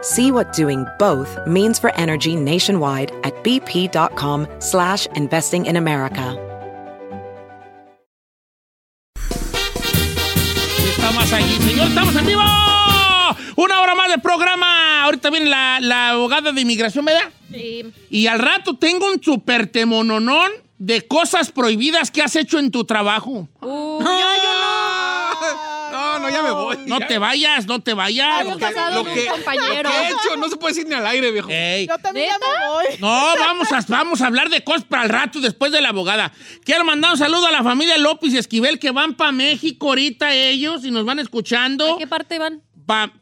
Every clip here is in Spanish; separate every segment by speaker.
Speaker 1: See what doing both means for energy nationwide at bp.com slash investing in America.
Speaker 2: Estamos aquí, señor, estamos en vivo. Una hora más de programa. Ahorita viene la, la abogada de inmigración, ¿verdad?
Speaker 3: Sí.
Speaker 2: Y al rato tengo un super temononón de cosas prohibidas que has hecho en tu trabajo.
Speaker 3: Uh,
Speaker 4: No, no, ya me voy.
Speaker 2: No
Speaker 4: Ya.
Speaker 2: te vayas, no te vayas.
Speaker 3: Algo
Speaker 4: que-
Speaker 3: casado
Speaker 4: lo
Speaker 3: con
Speaker 4: que-
Speaker 3: un compañero.
Speaker 4: Lo que he hecho, no se puede decir ni al aire, viejo.
Speaker 2: Ey.
Speaker 5: Yo también ya me voy.
Speaker 2: No, vamos a, vamos a hablar de cosas para el rato después de la abogada. Quiero mandar un saludo a la familia López y Esquivel que van para México ahorita ellos y nos van escuchando.
Speaker 3: ¿Qué parte van?
Speaker 2: Va-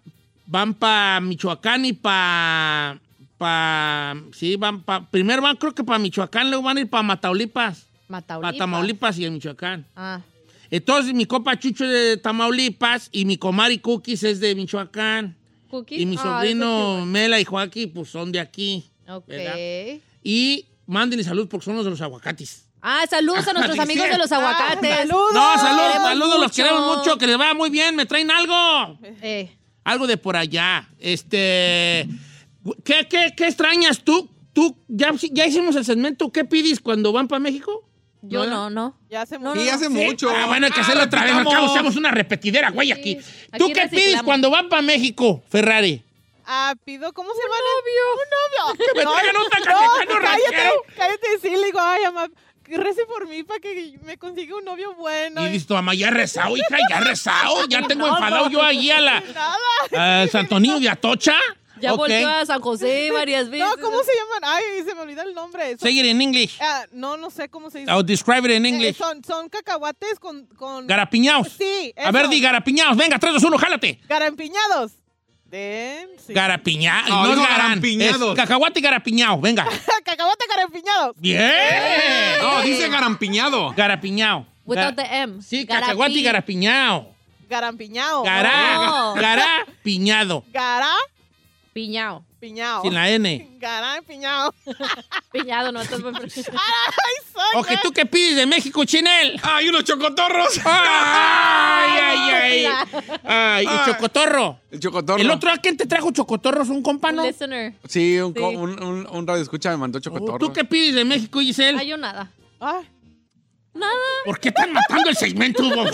Speaker 2: van para Michoacán y para... Pa, sí, van pa, primero van creo que para Michoacán, luego van a ir para Mataulipas.
Speaker 3: Mataulipas.
Speaker 2: Para Tamaulipas y en Michoacán.
Speaker 3: Ah.
Speaker 2: Entonces mi copa Chucho es de Tamaulipas y mi comari Cookies es de Michoacán.
Speaker 3: ¿Cookies?
Speaker 2: Y mi
Speaker 3: Ah,
Speaker 2: sobrino Mela y Joaquín pues son de aquí.
Speaker 3: eso sí,
Speaker 2: ¿verdad?
Speaker 3: güey. Ok.
Speaker 2: Y mándenle salud porque son los de los aguacates.
Speaker 3: Ah, saludos a nuestros
Speaker 2: Dice-
Speaker 3: amigos de los aguacates.
Speaker 5: Ah, saludos.
Speaker 2: No, saludos,
Speaker 3: queremos
Speaker 2: saludos, los
Speaker 3: mucho.
Speaker 2: queremos mucho, que les va muy bien, me traen algo.
Speaker 3: Eh,
Speaker 2: Algo de por allá. Este. ¿Qué, qué, qué extrañas tú? ¿Tú ya, ya hicimos el segmento? ¿Qué pides cuando van para México?
Speaker 3: yo
Speaker 2: ¿No?
Speaker 3: no, no.
Speaker 5: Ya se
Speaker 4: Sí,
Speaker 5: murió.
Speaker 4: hace mucho.
Speaker 2: Ah, bueno, hay que hacerlo otra vez. Al cabo, seamos una repetidera, güey,
Speaker 3: Sí,
Speaker 2: aquí.
Speaker 3: aquí
Speaker 2: ¿Tú qué
Speaker 3: reciclamos.
Speaker 2: pides cuando van para México, Ferrari?
Speaker 5: Ah, pido, ¿cómo se llama? Un novio. Un novio.
Speaker 2: Que me traigan un tacatecano
Speaker 5: no, cállate,
Speaker 2: ranchero.
Speaker 5: cállate, sí, le digo, ay, mamá, rece por mí para que me consiga un novio bueno.
Speaker 2: Y dices, tu mamá, ya he rezado, hija, ya he rezado. Ya tengo
Speaker 3: eh. No,
Speaker 2: enfadado
Speaker 3: no.
Speaker 2: yo ahí a la.
Speaker 5: Nada.
Speaker 2: a Santo Niño de Atocha.
Speaker 3: Ya
Speaker 2: Ok.
Speaker 3: volvió a San José varias veces.
Speaker 5: No, ¿cómo se llaman? Ay, se me olvida el nombre. Son-
Speaker 2: "Pues, eh, Say it in English.
Speaker 5: ah, no, no sé cómo se dice.
Speaker 2: I'll describe it in
Speaker 5: Eh,
Speaker 2: English.
Speaker 5: son, son cacahuates con... con
Speaker 2: Garapiñaos.
Speaker 5: Sí,
Speaker 2: A ver,
Speaker 5: eso.
Speaker 2: di garapiñaos. Venga, 3, 2, 1, jálate.
Speaker 5: Garampiñados. Damn, sí.
Speaker 2: Garapiñaos.
Speaker 4: No,
Speaker 2: No, es
Speaker 4: dijo
Speaker 2: garán,
Speaker 4: garampiñados.
Speaker 2: es cacahuate y garapiñao. Venga.
Speaker 5: Cacahuate garampiñados.
Speaker 2: Bien.
Speaker 4: No, dice garampiñado.
Speaker 2: Garapiñao. Ga-
Speaker 3: Without the M.
Speaker 2: Sí, cacahuate y
Speaker 3: Garapi.
Speaker 2: garapiñao.
Speaker 5: Garampiñado.
Speaker 2: Gará.
Speaker 3: No.
Speaker 2: Garapiñado.
Speaker 3: Piñao.
Speaker 5: Garampiñado.
Speaker 2: Sin la N.
Speaker 5: Garampiñado.
Speaker 3: Piñado, no. entonces-
Speaker 5: Ay, soy.
Speaker 2: O que tú que pides de México, Chinel.
Speaker 4: ¡Ay, unos chocotorros! Ah.
Speaker 2: Ay, ay, ay. Ay, y chocotorro.
Speaker 4: El chocotorro.
Speaker 2: El otro, ¿a quién te trajo chocotorros? ¿Un compa, no?
Speaker 3: Listener.
Speaker 4: Sí, un, co-
Speaker 3: Sí.
Speaker 4: un, un- un radio escucha me mandó chocotorro.
Speaker 2: ¿Tú qué pides de México, Giselle?
Speaker 3: Ah, yo nada.
Speaker 5: Ay,
Speaker 3: Nada.
Speaker 2: ¿Por qué están matando el segmento? Hugo?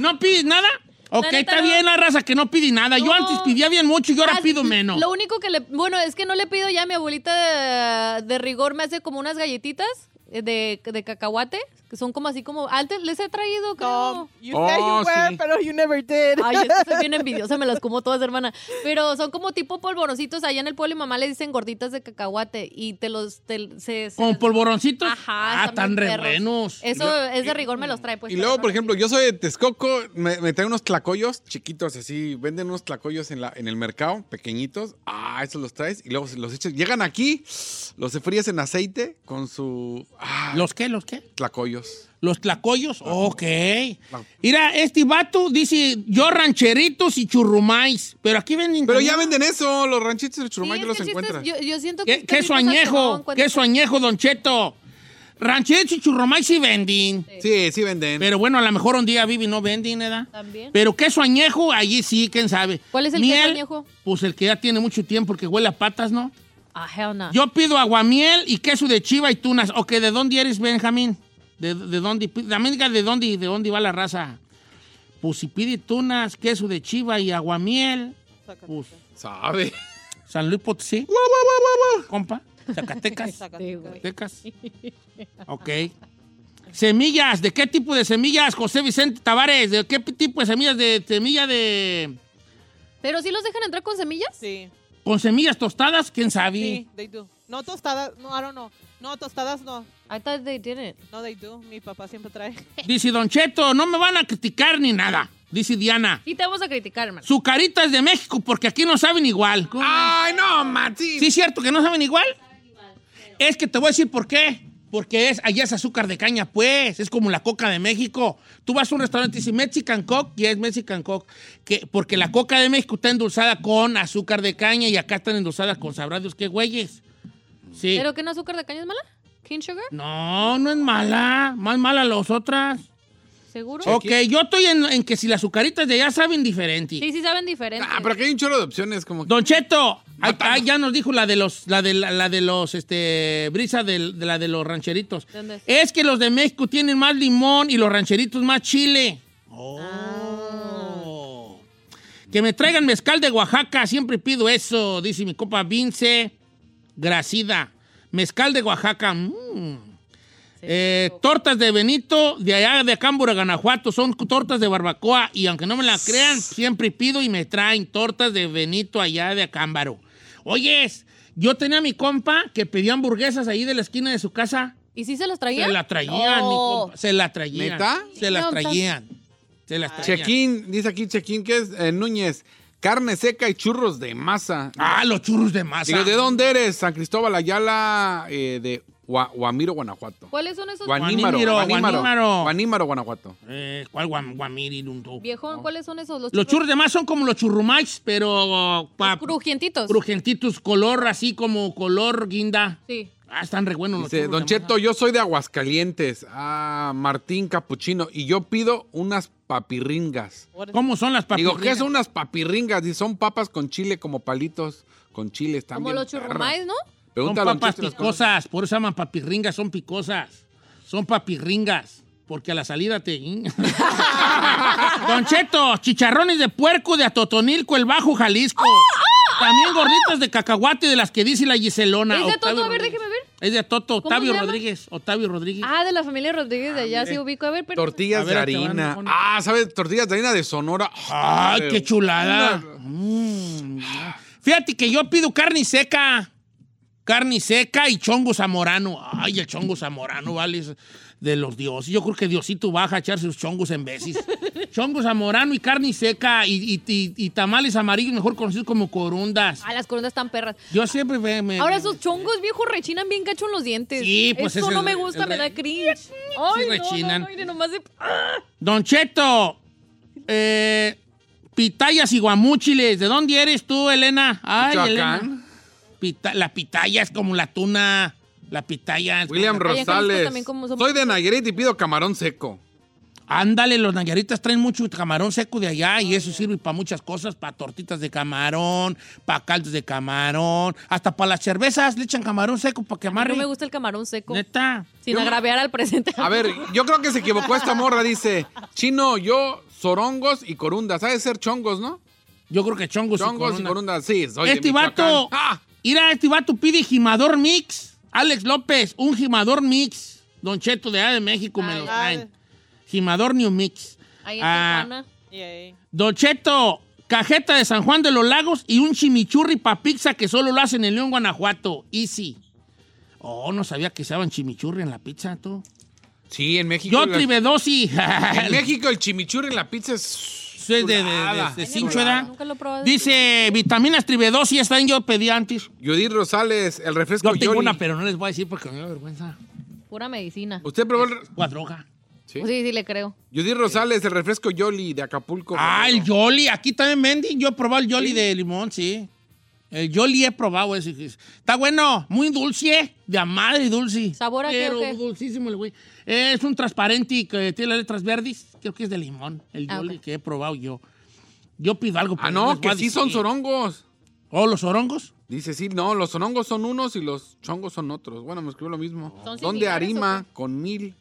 Speaker 2: ¿No pides nada? Ok,
Speaker 3: neta,
Speaker 2: está
Speaker 3: no.
Speaker 2: bien la raza que no pide nada. Yo
Speaker 3: No.
Speaker 2: antes pedía bien mucho y yo ahora
Speaker 3: Ah,
Speaker 2: pido
Speaker 3: l-
Speaker 2: menos.
Speaker 3: Lo único que le. Bueno, es que no le pido ya. Mi abuelita de, de rigor me hace como unas galletitas eh, de, de cacahuate. Que son como así como. Antes les he traído, creo.
Speaker 5: no. You said
Speaker 4: Oh,
Speaker 5: you were,
Speaker 4: sí.
Speaker 5: pero you never did.
Speaker 3: Ay, es que soy bien envidiosa, me las como todas, hermana. Pero son como tipo polvoroncitos. Allá en el pueblo, mi mamá le dicen gorditas de cacahuate y te los. Te, se, se-
Speaker 2: Como polvoroncitos.
Speaker 3: Ajá.
Speaker 2: Ah,
Speaker 3: están
Speaker 2: tan
Speaker 3: bien
Speaker 2: re
Speaker 3: perros.
Speaker 2: buenos.
Speaker 3: Eso es de rigor, me los trae. Pues,
Speaker 4: Y
Speaker 3: pero
Speaker 4: luego,
Speaker 3: no
Speaker 4: por
Speaker 3: los
Speaker 4: ejemplo, yo
Speaker 3: pido.
Speaker 4: soy de Texcoco, me, me traen unos tlacoyos chiquitos así, venden unos tlacoyos en, la, en el mercado, pequeñitos. Ah, esos los traes y luego se los echas. Llegan aquí, los fríes en aceite con su... Ah,
Speaker 2: ¿Los qué? ¿Los qué?
Speaker 4: tlacoyos.
Speaker 2: ¿Los tlacoyos? Ok. Mira, este vato dice yo rancheritos y churrumais. Pero aquí venden.
Speaker 4: Pero ya venden eso, los ranchitos y los
Speaker 3: Sí,
Speaker 4: churumay
Speaker 3: es
Speaker 4: los
Speaker 3: que el chiste es-
Speaker 4: encuentras.
Speaker 3: Yo, yo siento que.
Speaker 2: ¿Qué,
Speaker 3: este
Speaker 2: queso
Speaker 3: tipo es el que no
Speaker 2: añejo.
Speaker 3: encuentra-
Speaker 2: Queso añejo, Don Cheto. Rancheritos y churrumais sí venden.
Speaker 4: Sí, sí venden.
Speaker 2: Pero bueno, a lo mejor un día Vivi no venden, ¿verdad?
Speaker 3: También.
Speaker 2: Pero queso añejo, allí sí, quién sabe.
Speaker 3: ¿Cuál es el
Speaker 2: Miel,
Speaker 3: queso añejo?
Speaker 2: Pues el que ya tiene mucho tiempo, porque huele a patas, ¿no?
Speaker 3: Ah, hell no.
Speaker 2: Yo pido aguamiel y queso de chiva y tunas. Ok, ¿de dónde eres, Benjamín? ¿De, de dónde? pi- También diga de dónde, de dónde va la raza. Pues si pide tunas, queso de chiva y aguamiel, pues
Speaker 4: Sabe.
Speaker 2: San Luis Potosí. Compa, Zacatecas.
Speaker 5: Saca-
Speaker 3: Sí, güey.
Speaker 2: Zacatecas. Ok. Semillas, ¿de qué tipo de semillas, José Vicente Tavares? ¿De qué tipo de semillas? ¿De semilla de...
Speaker 3: ¿Pero sí los dejan entrar con semillas?
Speaker 5: Sí,
Speaker 2: con semillas tostadas? ¿Quién sabe?
Speaker 5: sí, they do. No tostadas, no, I don't know. No, tostadas no.
Speaker 3: I thought they didn't.
Speaker 5: No, they do. Mi papá siempre trae.
Speaker 2: Dice Don Cheto, no me van a criticar ni nada. Dice Diana,
Speaker 3: Y te vamos a criticar, hermano.
Speaker 2: su carita es de México porque aquí no saben igual.
Speaker 6: ¡Ay, no, Mati!
Speaker 2: ¿Sí es cierto que no saben igual? Es que te voy a decir por qué. Porque es, allá es azúcar de caña, pues. Es como la coca de México. Tú vas a un restaurante y dices Mexican Coke y es Mexican Coke. Que, porque la coca de México está endulzada con azúcar de caña y acá están endulzadas con sabrá Dios qué güeyes. Sí.
Speaker 3: ¿Pero qué no azúcar de caña es mala? ¿King sugar?
Speaker 2: No, no es mala. Más mala las otras.
Speaker 3: ¿Seguro?
Speaker 2: Ok, yo estoy en, en que si las azucaritas de allá saben diferente.
Speaker 3: Sí, sí saben diferente.
Speaker 6: Ah, pero aquí hay un chorro de opciones, como que...
Speaker 2: Don Cheto, ay, ay, ya nos dijo la de los, la de la, la de los, este, brisa del- de, la de los rancheritos.
Speaker 3: ¿Dónde es?
Speaker 2: Es que los de México tienen más limón y los rancheritos más chile.
Speaker 3: Ah.
Speaker 2: Oh. Que me traigan mezcal de Oaxaca, siempre pido eso, dice mi copa Vince Gracida. Mezcal de Oaxaca. mm.
Speaker 3: Este,
Speaker 2: Eh, tortas de Benito, de allá de Cámbora, Guanajuato, son tortas de barbacoa y aunque no me la crean, siempre pido y me traen tortas de Benito allá de Acámbaro. Oyes, yo tenía a mi compa que pedía hamburguesas ahí de la esquina de su casa.
Speaker 3: ¿Y sí se los traía?
Speaker 2: Se la traían,
Speaker 3: No.
Speaker 2: mi compa, se la traían.
Speaker 6: ¿Neta?
Speaker 2: Se las
Speaker 3: No, tan-
Speaker 2: traían. Se las traían.
Speaker 6: Chequín, dice aquí Chequín, ¿qué es? Eh, Núñez, carne seca y churros de masa.
Speaker 2: Ah, los churros de masa.
Speaker 6: Digo, ¿de dónde eres? San Cristóbal Ayala, eh, de Gua- Guamiro, Guanajuato.
Speaker 3: ¿Cuáles son esos?
Speaker 6: Guanímaro,
Speaker 2: Guanímaro,
Speaker 6: Guanímaro,
Speaker 2: Guanímaro.
Speaker 6: Guanímaro, Guanajuato.
Speaker 2: Eh, ¿Cuál guam- guamiri, lundo?
Speaker 3: Viejón, ¿cuáles son esos? Los,
Speaker 2: Los churros de masa son como los churrumais, pero... uh, pa-
Speaker 3: Los crujientitos.
Speaker 2: Crujentitos, color así como color guinda.
Speaker 3: sí.
Speaker 2: Ah, están re buenos los
Speaker 6: Dice,
Speaker 2: churros
Speaker 6: Don
Speaker 2: de
Speaker 6: Cheto, yo soy de Aguascalientes. Ah, Martín Capuchino. Y yo pido unas papirringas.
Speaker 2: masa. ¿Cómo son las papas?
Speaker 6: Digo, ¿qué son unas papirringas? Dice, son papas con chile, como palitos con chile. Están
Speaker 3: Como
Speaker 6: bien
Speaker 3: los
Speaker 6: perras.
Speaker 3: churrumais, ¿no?
Speaker 2: Son
Speaker 6: Pregúntale a Don
Speaker 2: papas
Speaker 6: Cheto las cosas.
Speaker 2: picosas, por eso se llaman papirringas, son picosas. Son papirringas, porque a la salida te... Don Cheto, chicharrones de puerco de Atotonilco, el Bajo Jalisco. También gorditas de cacahuate de las que dice la Giselona.
Speaker 3: ¿Es de
Speaker 2: Octavio
Speaker 3: Toto? A ver,
Speaker 2: Rodríguez.
Speaker 3: déjeme ver.
Speaker 2: Es de Toto,
Speaker 3: ¿Cómo
Speaker 2: Octavio
Speaker 3: se llama?
Speaker 2: Rodríguez. Octavio Rodríguez.
Speaker 3: Ah, de la familia Rodríguez de allá, sí ubico. A ver, pero...
Speaker 6: Tortillas
Speaker 2: A ver,
Speaker 6: de
Speaker 2: a qué van, Ah,
Speaker 6: harina.
Speaker 2: pon-
Speaker 6: Ah, ¿sabes? Tortillas de harina de Sonora. Ah,
Speaker 2: ¡Ay, qué chulada!
Speaker 6: Una-
Speaker 2: Mm. Fíjate que yo pido carne seca. Carne seca y chongo zamorano. Ay, el chongo zamorano, vale, es de los dioses. Yo creo que Diosito baja a echar sus chongos en veces. chongo zamorano y carne seca y, y- y- y tamales amarillos, mejor conocidos como corundas.
Speaker 3: Ah, las corondas están perras.
Speaker 2: Yo siempre me... me-
Speaker 3: Ahora
Speaker 2: me-
Speaker 3: esos chongos viejos rechinan bien cacho en los dientes.
Speaker 2: Sí, pues
Speaker 3: Eso
Speaker 2: ese
Speaker 3: no
Speaker 2: es
Speaker 3: me
Speaker 2: el-
Speaker 3: gusta,
Speaker 2: el
Speaker 3: me
Speaker 2: re-
Speaker 3: da cringe. Ay, no,
Speaker 2: rechinan.
Speaker 3: no, no, mire, nomás de... ¡Ah!
Speaker 2: Don Cheto, eh, pitayas y guamúchiles. ¿De ddónde eres tú, Elena? Ay,
Speaker 6: Michoacán.
Speaker 2: Elena. Pita- la pitaya es como la tuna. La pitaya. es
Speaker 6: William
Speaker 2: como la-
Speaker 3: Oye, en Jalisco
Speaker 6: Rosales.
Speaker 3: también como somos-
Speaker 6: Soy de Nayarit y pido camarón seco.
Speaker 2: Ándale, los nayaritas traen mucho camarón seco de allá y eso sirve para muchas cosas, para tortitas de camarón, para caldos de camarón, hasta para las cervezas le echan camarón seco para que amarre.
Speaker 3: No me gusta el camarón seco.
Speaker 2: Neta.
Speaker 3: Sin
Speaker 6: Yo-
Speaker 3: agraviar al presente.
Speaker 6: A ver, yo creo que se equivocó esta morra. Dice, chino, yo, sorongos y corundas. ¿Sabes ser chongos, no?
Speaker 2: Yo creo que chongos, y
Speaker 6: Chongos y
Speaker 2: corona.
Speaker 6: corundas. Sí, soy de
Speaker 2: este
Speaker 6: Michoacán.
Speaker 2: vato,
Speaker 6: ¡Ah!
Speaker 2: mira, este vato pide gimador mix. Alex López, un gimador mix. Don Cheto de allá de México me
Speaker 3: Ay,
Speaker 2: lo
Speaker 5: ay.
Speaker 2: traen. Gimador New Mix.
Speaker 3: Ahí en
Speaker 2: Ah,
Speaker 3: Tijuana.
Speaker 5: Yay.
Speaker 2: Don Cheto, cajeta de San Juan de los Lagos y un chimichurri pa' pizza que solo lo hacen en León, Guanajuato. Easy. Oh, no sabía que se daban chimichurri en la pizza, tú.
Speaker 6: Sí, en México.
Speaker 2: Yo
Speaker 6: la-
Speaker 2: tribedosi.
Speaker 6: En México el chimichurri en la pizza es...
Speaker 2: Soy de, de, de-
Speaker 6: chulada.
Speaker 2: de cincho, ¿verdad?
Speaker 3: Nunca lo he probado.
Speaker 2: Dice, vitaminas tribedosi, está en yo pedí antes.
Speaker 6: Judith Rosales, el refresco
Speaker 2: Yo tengo
Speaker 6: Yoli.
Speaker 2: una, pero no les voy a decir porque me da vergüenza.
Speaker 3: Pura medicina.
Speaker 6: ¿Usted probó el...
Speaker 2: Una droga.
Speaker 6: ¿Sí?
Speaker 3: Pues Sí, sí, le creo.
Speaker 6: Judith Rosales, el refresco Yoli de Acapulco.
Speaker 2: Ah, el
Speaker 6: Guerrero.
Speaker 2: Jolly. Aquí también venden. Yo he probado el Jolly de limón, sí. El Jolly he probado ese. Está bueno, muy dulce, de a madre dulce.
Speaker 3: ¿Sabor a qué
Speaker 2: Pero
Speaker 3: o qué?
Speaker 2: dulcísimo el güey. Es un transparente que tiene las letras verdes. Creo que es de limón, el
Speaker 3: Ah,
Speaker 2: Jolly
Speaker 3: ok.
Speaker 2: que he probado yo. Yo pido algo.
Speaker 6: Ah,
Speaker 2: pero
Speaker 6: no,
Speaker 2: les voy
Speaker 6: que
Speaker 2: a
Speaker 6: sí son
Speaker 2: decir.
Speaker 6: sorongos.
Speaker 2: ¿O los orongos?
Speaker 6: Dice, sí, no, los sonongos son unos y los chongos son otros. Bueno, me escribió lo mismo.
Speaker 3: ¿Son
Speaker 6: Donde
Speaker 3: similares
Speaker 6: Arima
Speaker 3: o
Speaker 6: con mil.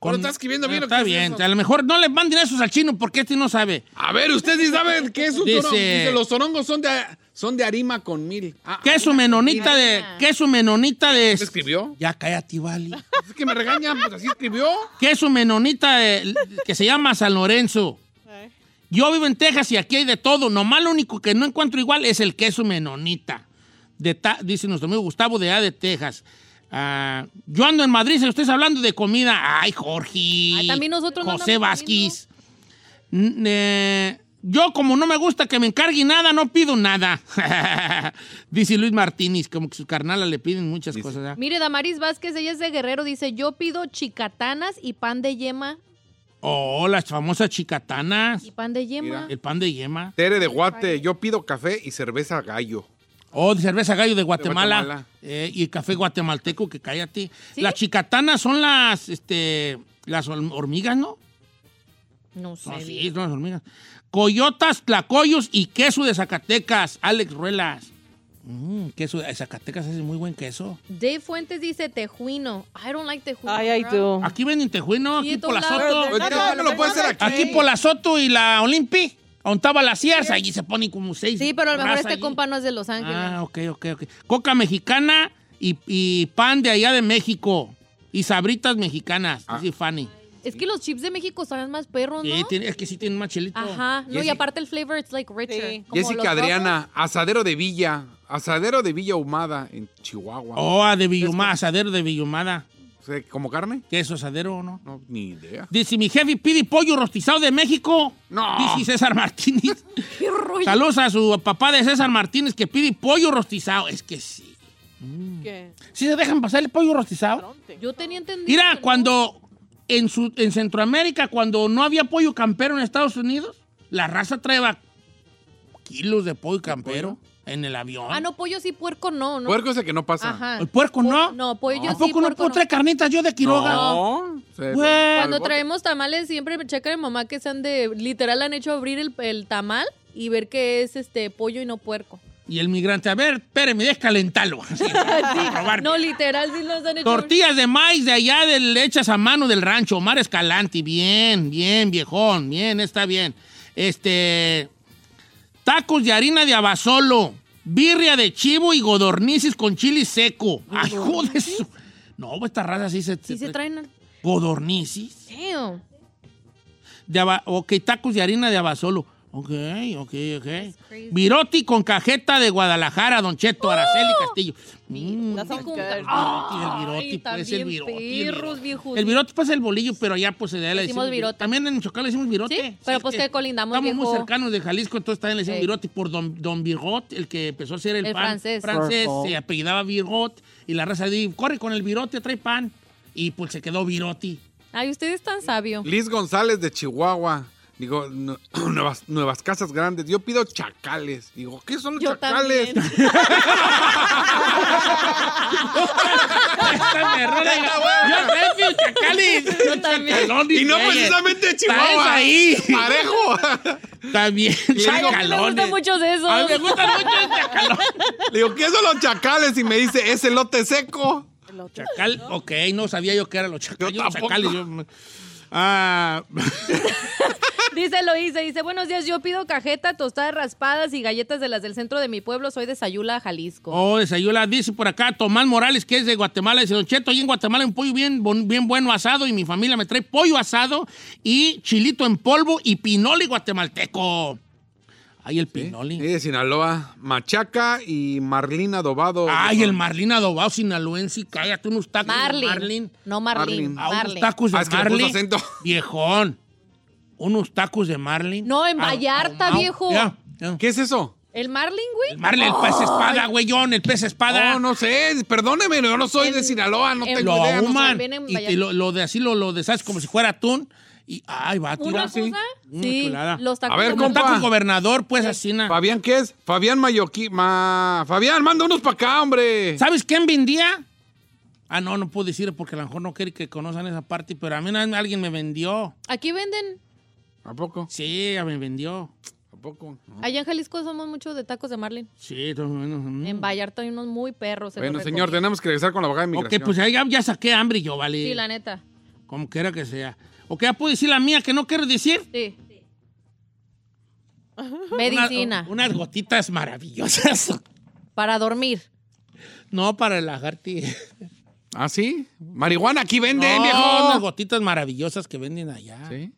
Speaker 2: Con-
Speaker 6: Bueno, está escribiendo bien
Speaker 2: Bueno,
Speaker 6: lo que
Speaker 2: Está
Speaker 6: es
Speaker 2: bien.
Speaker 6: eso.
Speaker 2: A lo mejor no le manden esos al chino porque este no sabe.
Speaker 6: A ver, usted sí sabe qué es un
Speaker 2: Dice-
Speaker 6: sorongo. Dice, los sorongos son de,
Speaker 4: Son de harima con mil. Ah, ah,
Speaker 2: Queso menonita de.
Speaker 3: Harina.
Speaker 2: Queso menonita de.
Speaker 4: ¿Te escribió?
Speaker 2: Ya cállate, Vali.
Speaker 4: Es que me regañan, pues así escribió.
Speaker 2: Queso menonita de- que se llama San Lorenzo.
Speaker 5: Ay.
Speaker 2: Yo vivo en Texas y aquí hay de todo. Nomás lo único que no encuentro igual es el queso menonita. De ta- dice nuestro amigo Gustavo de A de Texas. Ah, yo ando en Madrid, si ustedes hablando de comida. Ay, Jorge.
Speaker 3: Ay, Ah, también nosotros no
Speaker 2: José
Speaker 3: andamos
Speaker 2: Vázquez. N- eh, yo, como no me gusta que me encargue nada, no pido nada. dice Luis Martínez, como que sus carnalas le piden muchas
Speaker 4: Dice-
Speaker 2: cosas. ¿verdad?
Speaker 3: Mire, Damaris Vázquez, ella es de Guerrero, dice, yo pido chicatanas y pan de yema.
Speaker 2: Oh, las famosas chicatanas.
Speaker 3: Y pan de yema.
Speaker 2: El pan de yema.
Speaker 6: Tere de Guate, yo pido café y cerveza gallo.
Speaker 2: Oh, de cerveza gallo de Guatemala.
Speaker 6: Guatemala.
Speaker 2: Eh, y café guatemalteco, que cállate.
Speaker 3: ¿Sí?
Speaker 2: Las chicatanas son las, este, las horm- hormigas, ¿no?
Speaker 3: No sé.
Speaker 2: No, sí, son las hormigas. Coyotas, tlacoyos y queso de Zacatecas. Alex Ruelas. Mm, queso de Zacatecas es muy buen queso.
Speaker 3: Dave Fuentes dice tejuino. I don't like tejuino.
Speaker 5: Ay, I
Speaker 3: bro.
Speaker 5: do.
Speaker 2: Aquí venden tejuino,
Speaker 3: Sí,
Speaker 2: aquí
Speaker 3: en
Speaker 2: por la
Speaker 3: todos lados.
Speaker 2: Soto.
Speaker 5: Pero
Speaker 4: Oye,
Speaker 5: no,
Speaker 4: ¿cómo
Speaker 5: no,
Speaker 4: lo puede
Speaker 5: no,
Speaker 4: hacer
Speaker 5: no,
Speaker 4: aquí?
Speaker 2: Aquí por la Soto y la Olimpi. Ontaba la Ciarza y se ponen como seis.
Speaker 3: Sí, pero a lo mejor
Speaker 2: raza
Speaker 3: este
Speaker 2: ahí.
Speaker 3: compa no es de Los Ángeles.
Speaker 2: Ah, ok, ok, ok. Coca mexicana y, y pan de allá de México. Y sabritas mexicanas, dice Fanny.
Speaker 3: Es que los chips de México saben más perros, Ah. ¿no?
Speaker 2: Sí, tiene- es que sí tienen más chelito.
Speaker 3: Ajá. No, y
Speaker 6: Jessica-
Speaker 3: aparte el flavor it's like richer.
Speaker 5: Sí.
Speaker 3: como los
Speaker 6: Jessica Adriana, asadero de Villa, asadero de Villa Humada en Chihuahua.
Speaker 2: Oh, ah, de Villumada, asadero de Villumada.
Speaker 6: O sea, ¿Como carne?
Speaker 2: Queso asadero, ¿no?
Speaker 6: No, ni idea.
Speaker 2: Dice, mi jefe pide pollo rostizado de México.
Speaker 6: No.
Speaker 2: Dice César Martínez.
Speaker 3: bobos. ¡Qué rollo!
Speaker 2: Saludos a su papá de César Martínez que pide pollo rostizado. Es que sí.
Speaker 5: ¿Qué?
Speaker 2: ¿Sí se dejan pasar el pollo rostizado?
Speaker 5: Pronto.
Speaker 3: Yo tenía entendido. que
Speaker 2: Mira,
Speaker 3: no.
Speaker 2: cuando en, su- en Centroamérica, cuando no había pollo campero en Estados Unidos, la raza traía kilos de pollo campero en el avión.
Speaker 3: Ah, no, pollo sí, puerco no, ¿no?
Speaker 6: Puerco es el que no pasa.
Speaker 3: Ajá.
Speaker 2: ¿El puerco no? Ah,
Speaker 3: No, pollo
Speaker 2: ¿A
Speaker 3: sí,
Speaker 2: poco no
Speaker 3: puerco
Speaker 2: puedo traer carnitas yo de Quiroga?
Speaker 6: No. O sea,
Speaker 2: Güey.
Speaker 6: al
Speaker 3: Cuando
Speaker 6: bote.
Speaker 3: traemos tamales, siempre me checa mi mamá que sean de. Literal, han hecho abrir el, el tamal y ver que es este pollo y no puerco.
Speaker 2: Y el migrante, a ver, espéreme, descalentarlo. Sí, para probar.
Speaker 3: No, literal, sí los han hecho.
Speaker 2: Tortillas de maíz de allá del, hechas a mano del rancho, Omar Escalante. Bien, bien, viejón. Bien, está bien. Este. Tacos de harina de abasolo. Birria de chivo y godornices con chili seco. Ay, joder. su- No, pues, esta raza sí se.
Speaker 3: Sí, se traen. al-
Speaker 2: Godornices.
Speaker 3: Damn.
Speaker 2: De aba- ok, tacos de harina de abasolo. Ok, ok, ok.
Speaker 3: crazy. ¡Oh!
Speaker 2: Viroti con cajeta de Guadalajara, Don Cheto, Araceli Castillo. Mm.
Speaker 5: That sounds
Speaker 3: como-
Speaker 5: good.
Speaker 2: Ah,
Speaker 3: Ay,
Speaker 2: el virote, pues el
Speaker 3: también
Speaker 2: virote. el
Speaker 3: perros,
Speaker 2: virote.
Speaker 3: viejos.
Speaker 2: El virote, pues el bolillo, pero allá pues allá le
Speaker 3: Decimos
Speaker 2: decimos virote.
Speaker 3: virote.
Speaker 2: También en Michoacán le decimos virote.
Speaker 3: Sí, pero,
Speaker 2: es
Speaker 3: pues,
Speaker 2: que
Speaker 3: que colindamos,
Speaker 2: Estamos muy
Speaker 3: viejo.
Speaker 2: cercanos de Jalisco, entonces también le decimos
Speaker 3: Ey.
Speaker 2: virote por don, don Virgot, el que empezó a ser el,
Speaker 3: El
Speaker 2: pan
Speaker 3: francés.
Speaker 2: se apellidaba Virgot y la raza dijo, corre con el virote, trae pan. Y pues se quedó viroti.
Speaker 3: Ay, usted es tan sabio.
Speaker 6: Liz González de Chihuahua. Digo, nu- nuevas, nuevas casas grandes. Yo pido chacales. Digo, ¿qué son los
Speaker 3: Yo
Speaker 6: chacales?
Speaker 3: también.
Speaker 2: Esta me rola, Yo también, chacales. Yo
Speaker 3: también.
Speaker 2: chacalones,
Speaker 6: Y no
Speaker 2: güeyes.
Speaker 6: precisamente de Chihuahua. ¿eh?
Speaker 2: ahí.
Speaker 6: Parejo.
Speaker 2: También,
Speaker 6: Ay, a
Speaker 3: A mí me gustan
Speaker 2: chacalones.
Speaker 3: muchos de esos.
Speaker 2: A mí me gustan mucho el chacalón.
Speaker 6: Le digo, ¿qué son los chacales? Y me dice, es elote seco.
Speaker 2: Chacal, ok, no sabía yo que eran los chacales.
Speaker 6: Yo
Speaker 2: Yo los
Speaker 6: tampoco.
Speaker 2: chacales, yo- Ah,
Speaker 3: Dice Loisa, dice, buenos días, yo pido cajeta, tostadas raspadas y galletas de las del centro de mi pueblo, soy de Sayula, Jalisco.
Speaker 2: oh, desayula, dice por acá Tomás Morales, que es de Guatemala. Dice, Don Cheto, allí en Guatemala hay un pollo bien, bon- bien bueno asado y mi familia me trae pollo asado y chilito en polvo y pinoli guatemalteco. Ay, el pinoli.
Speaker 6: Y de Sinaloa, machaca y marlina adobado.
Speaker 2: Ay, el Marlín adobado sinaloense, cállate unos tacos de
Speaker 3: Marlin.
Speaker 2: Marlin.
Speaker 3: No Marlin.
Speaker 6: Marlin.
Speaker 2: Ah, unos
Speaker 3: Marlin.
Speaker 2: tacos de
Speaker 6: Ah, es que le puso
Speaker 2: Marlin.
Speaker 6: acento.
Speaker 2: Viejón. Unos tacos de Marlin.
Speaker 3: No, en
Speaker 2: Ah,
Speaker 3: Vallarta,
Speaker 2: ahumado.
Speaker 3: viejo.
Speaker 2: Ya, ya.
Speaker 6: ¿Qué es eso?
Speaker 3: ¿El Marlin, güey?
Speaker 2: El Marlin, el pez espada, güeyón, el pez espada.
Speaker 3: Oh,
Speaker 6: No, Oh, no sé. Perdóneme, yo no soy de Sinaloa, no
Speaker 3: en-
Speaker 6: tengo
Speaker 2: lo
Speaker 6: idea. no
Speaker 2: ahuman
Speaker 3: también en
Speaker 2: y te
Speaker 3: Vallarta.
Speaker 2: lo, lo de así lo, lo deshaces como si fuera atún y ay va a
Speaker 3: ¿Una
Speaker 2: tirar así.
Speaker 3: cosa?
Speaker 2: Una
Speaker 3: Sí,
Speaker 2: chulada.
Speaker 3: los tacos.
Speaker 6: A ver,
Speaker 3: de
Speaker 2: Como
Speaker 6: compa.
Speaker 2: tacos gobernador, pues así
Speaker 6: sé.
Speaker 2: na.
Speaker 6: Fabián, ¿qué es? Fabián Mayoquí. Ma... Fabián, manda unos para acá, hombre.
Speaker 2: ¿Sabes quién vendía? Ah, no, no puedo decir porque a lo mejor no quiere que conozcan esa parte, pero a mí una vez alguien me vendió.
Speaker 3: Aquí venden,
Speaker 6: ¿A poco?
Speaker 2: Sí, me vendió.
Speaker 6: ¿A poco?
Speaker 3: allá en Jalisco somos muchos de tacos de Marlin.
Speaker 2: Sí, todo menos. mm.
Speaker 3: En Vallarta hay unos muy perros. se los
Speaker 6: Bueno, señor,
Speaker 3: recomiendo.
Speaker 6: tenemos que regresar con la abogada de
Speaker 2: Ok,
Speaker 6: migración.
Speaker 2: pues ahí ya, ya saqué hambre yo, vale.
Speaker 3: Sí, la neta.
Speaker 2: Como quiera que sea. Ok, ya puedo decir la mía que no quiero decir.
Speaker 3: Sí. Medicina.
Speaker 2: Una- unas gotitas maravillosas.
Speaker 3: Para dormir.
Speaker 2: No, para el lagarti.
Speaker 6: ¿Ah, sí? Marihuana aquí venden,
Speaker 2: No,
Speaker 3: Oh.
Speaker 2: unas
Speaker 6: viejo.
Speaker 2: gotitas maravillosas que venden allá.
Speaker 6: Sí.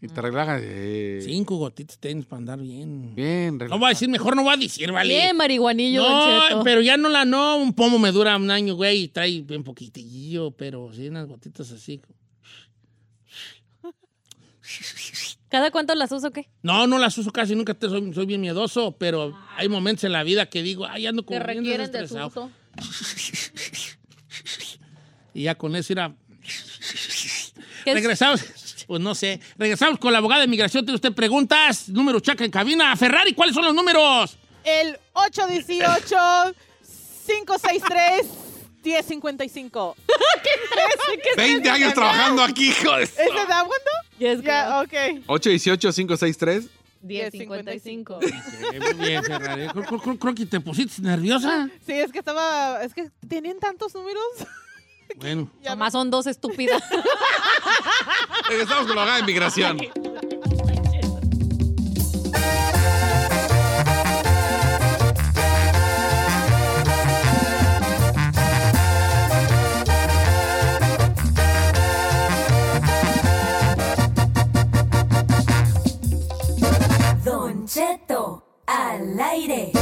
Speaker 6: Y te relajas. eh,
Speaker 2: Cinco gotitas tienes para andar bien.
Speaker 6: Bien,
Speaker 2: No
Speaker 6: relajado.
Speaker 2: voy a decir, mejor no voy a decir, vale.
Speaker 3: Bien, marihuanillo, Don
Speaker 2: No,
Speaker 3: Cheto.
Speaker 2: pero ya no la no. Un pomo me dura un año, güey, y trae bien poquitillo, pero sí, unas gotitas así.
Speaker 3: ¿Cada cuánto las uso o qué?
Speaker 2: No, no las uso casi nunca, te- soy, soy bien miedoso, pero hay momentos en la vida que digo, ay, ando como
Speaker 3: Te
Speaker 2: bien
Speaker 3: requieren de su
Speaker 2: desestresado.
Speaker 3: uso.
Speaker 2: Y ya con eso era...
Speaker 3: ¿Qué es?
Speaker 2: Regresamos, pues no sé. Regresamos con la abogada de migración. Tiene usted preguntas, número chaca en cabina. Ferrari, ¿cuáles son los números?
Speaker 5: El 818-563-1055.
Speaker 6: 20 años trabajando aquí, hijo de...
Speaker 5: ¿Es de that one, though?
Speaker 3: Yes,
Speaker 5: Ya, ok.
Speaker 6: 818-563.
Speaker 3: 10.55.
Speaker 2: muy bien, Ferrari. Creo, creo- creo que te pusiste nerviosa.
Speaker 5: Sí, es que estaba. Es que tienen tantos números.
Speaker 2: Bueno.
Speaker 5: Ya
Speaker 3: Nomás son dos estúpidas.
Speaker 6: Regresamos con la abogada de inmigración.
Speaker 7: Don Cheto, al aire.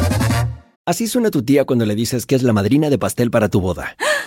Speaker 8: Así suena tu tía cuando le dices que es la madrina de pastel para tu boda.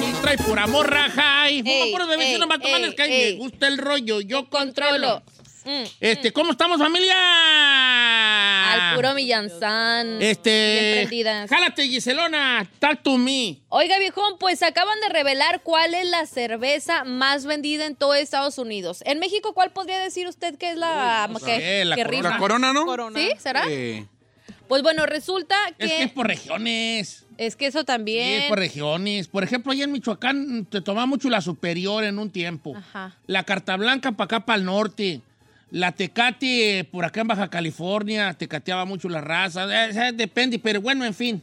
Speaker 2: Y trae pura morraja y fuma
Speaker 3: Ey,
Speaker 2: puro bebecino,
Speaker 3: ey,
Speaker 2: más tomanes
Speaker 3: ey,
Speaker 2: que
Speaker 3: ey.
Speaker 2: me gusta el rollo, yo controlo.
Speaker 3: Controlo.
Speaker 2: Este, ¿cómo estamos, familia?
Speaker 3: Al puro Millanzán. Bien
Speaker 2: Ah. Este,
Speaker 3: prendidas.
Speaker 2: jálate, Giselona, talk to me.
Speaker 3: Oiga, viejón, pues acaban de revelar cuál es la cerveza más vendida en todo Estados Unidos. En México, ¿cuál podría decir usted que es la que,
Speaker 2: sé, la
Speaker 3: que
Speaker 2: Corona.
Speaker 3: rifa?
Speaker 6: La corona, ¿no?
Speaker 5: Corona.
Speaker 3: ¿Sí? ¿Será?
Speaker 6: Eh,
Speaker 3: Pues bueno, resulta que
Speaker 2: Es que es por regiones.
Speaker 3: eso
Speaker 2: Sí,
Speaker 3: también.
Speaker 2: por regiones. Por ejemplo, allá en Michoacán mm, te tomaba mucho la superior en un tiempo.
Speaker 3: Ajá.
Speaker 2: La carta blanca para acá, para el norte. La Tecate, por acá en Baja California, tecateaba mucho la raza. Eh, eh, depende, pero bueno, en fin.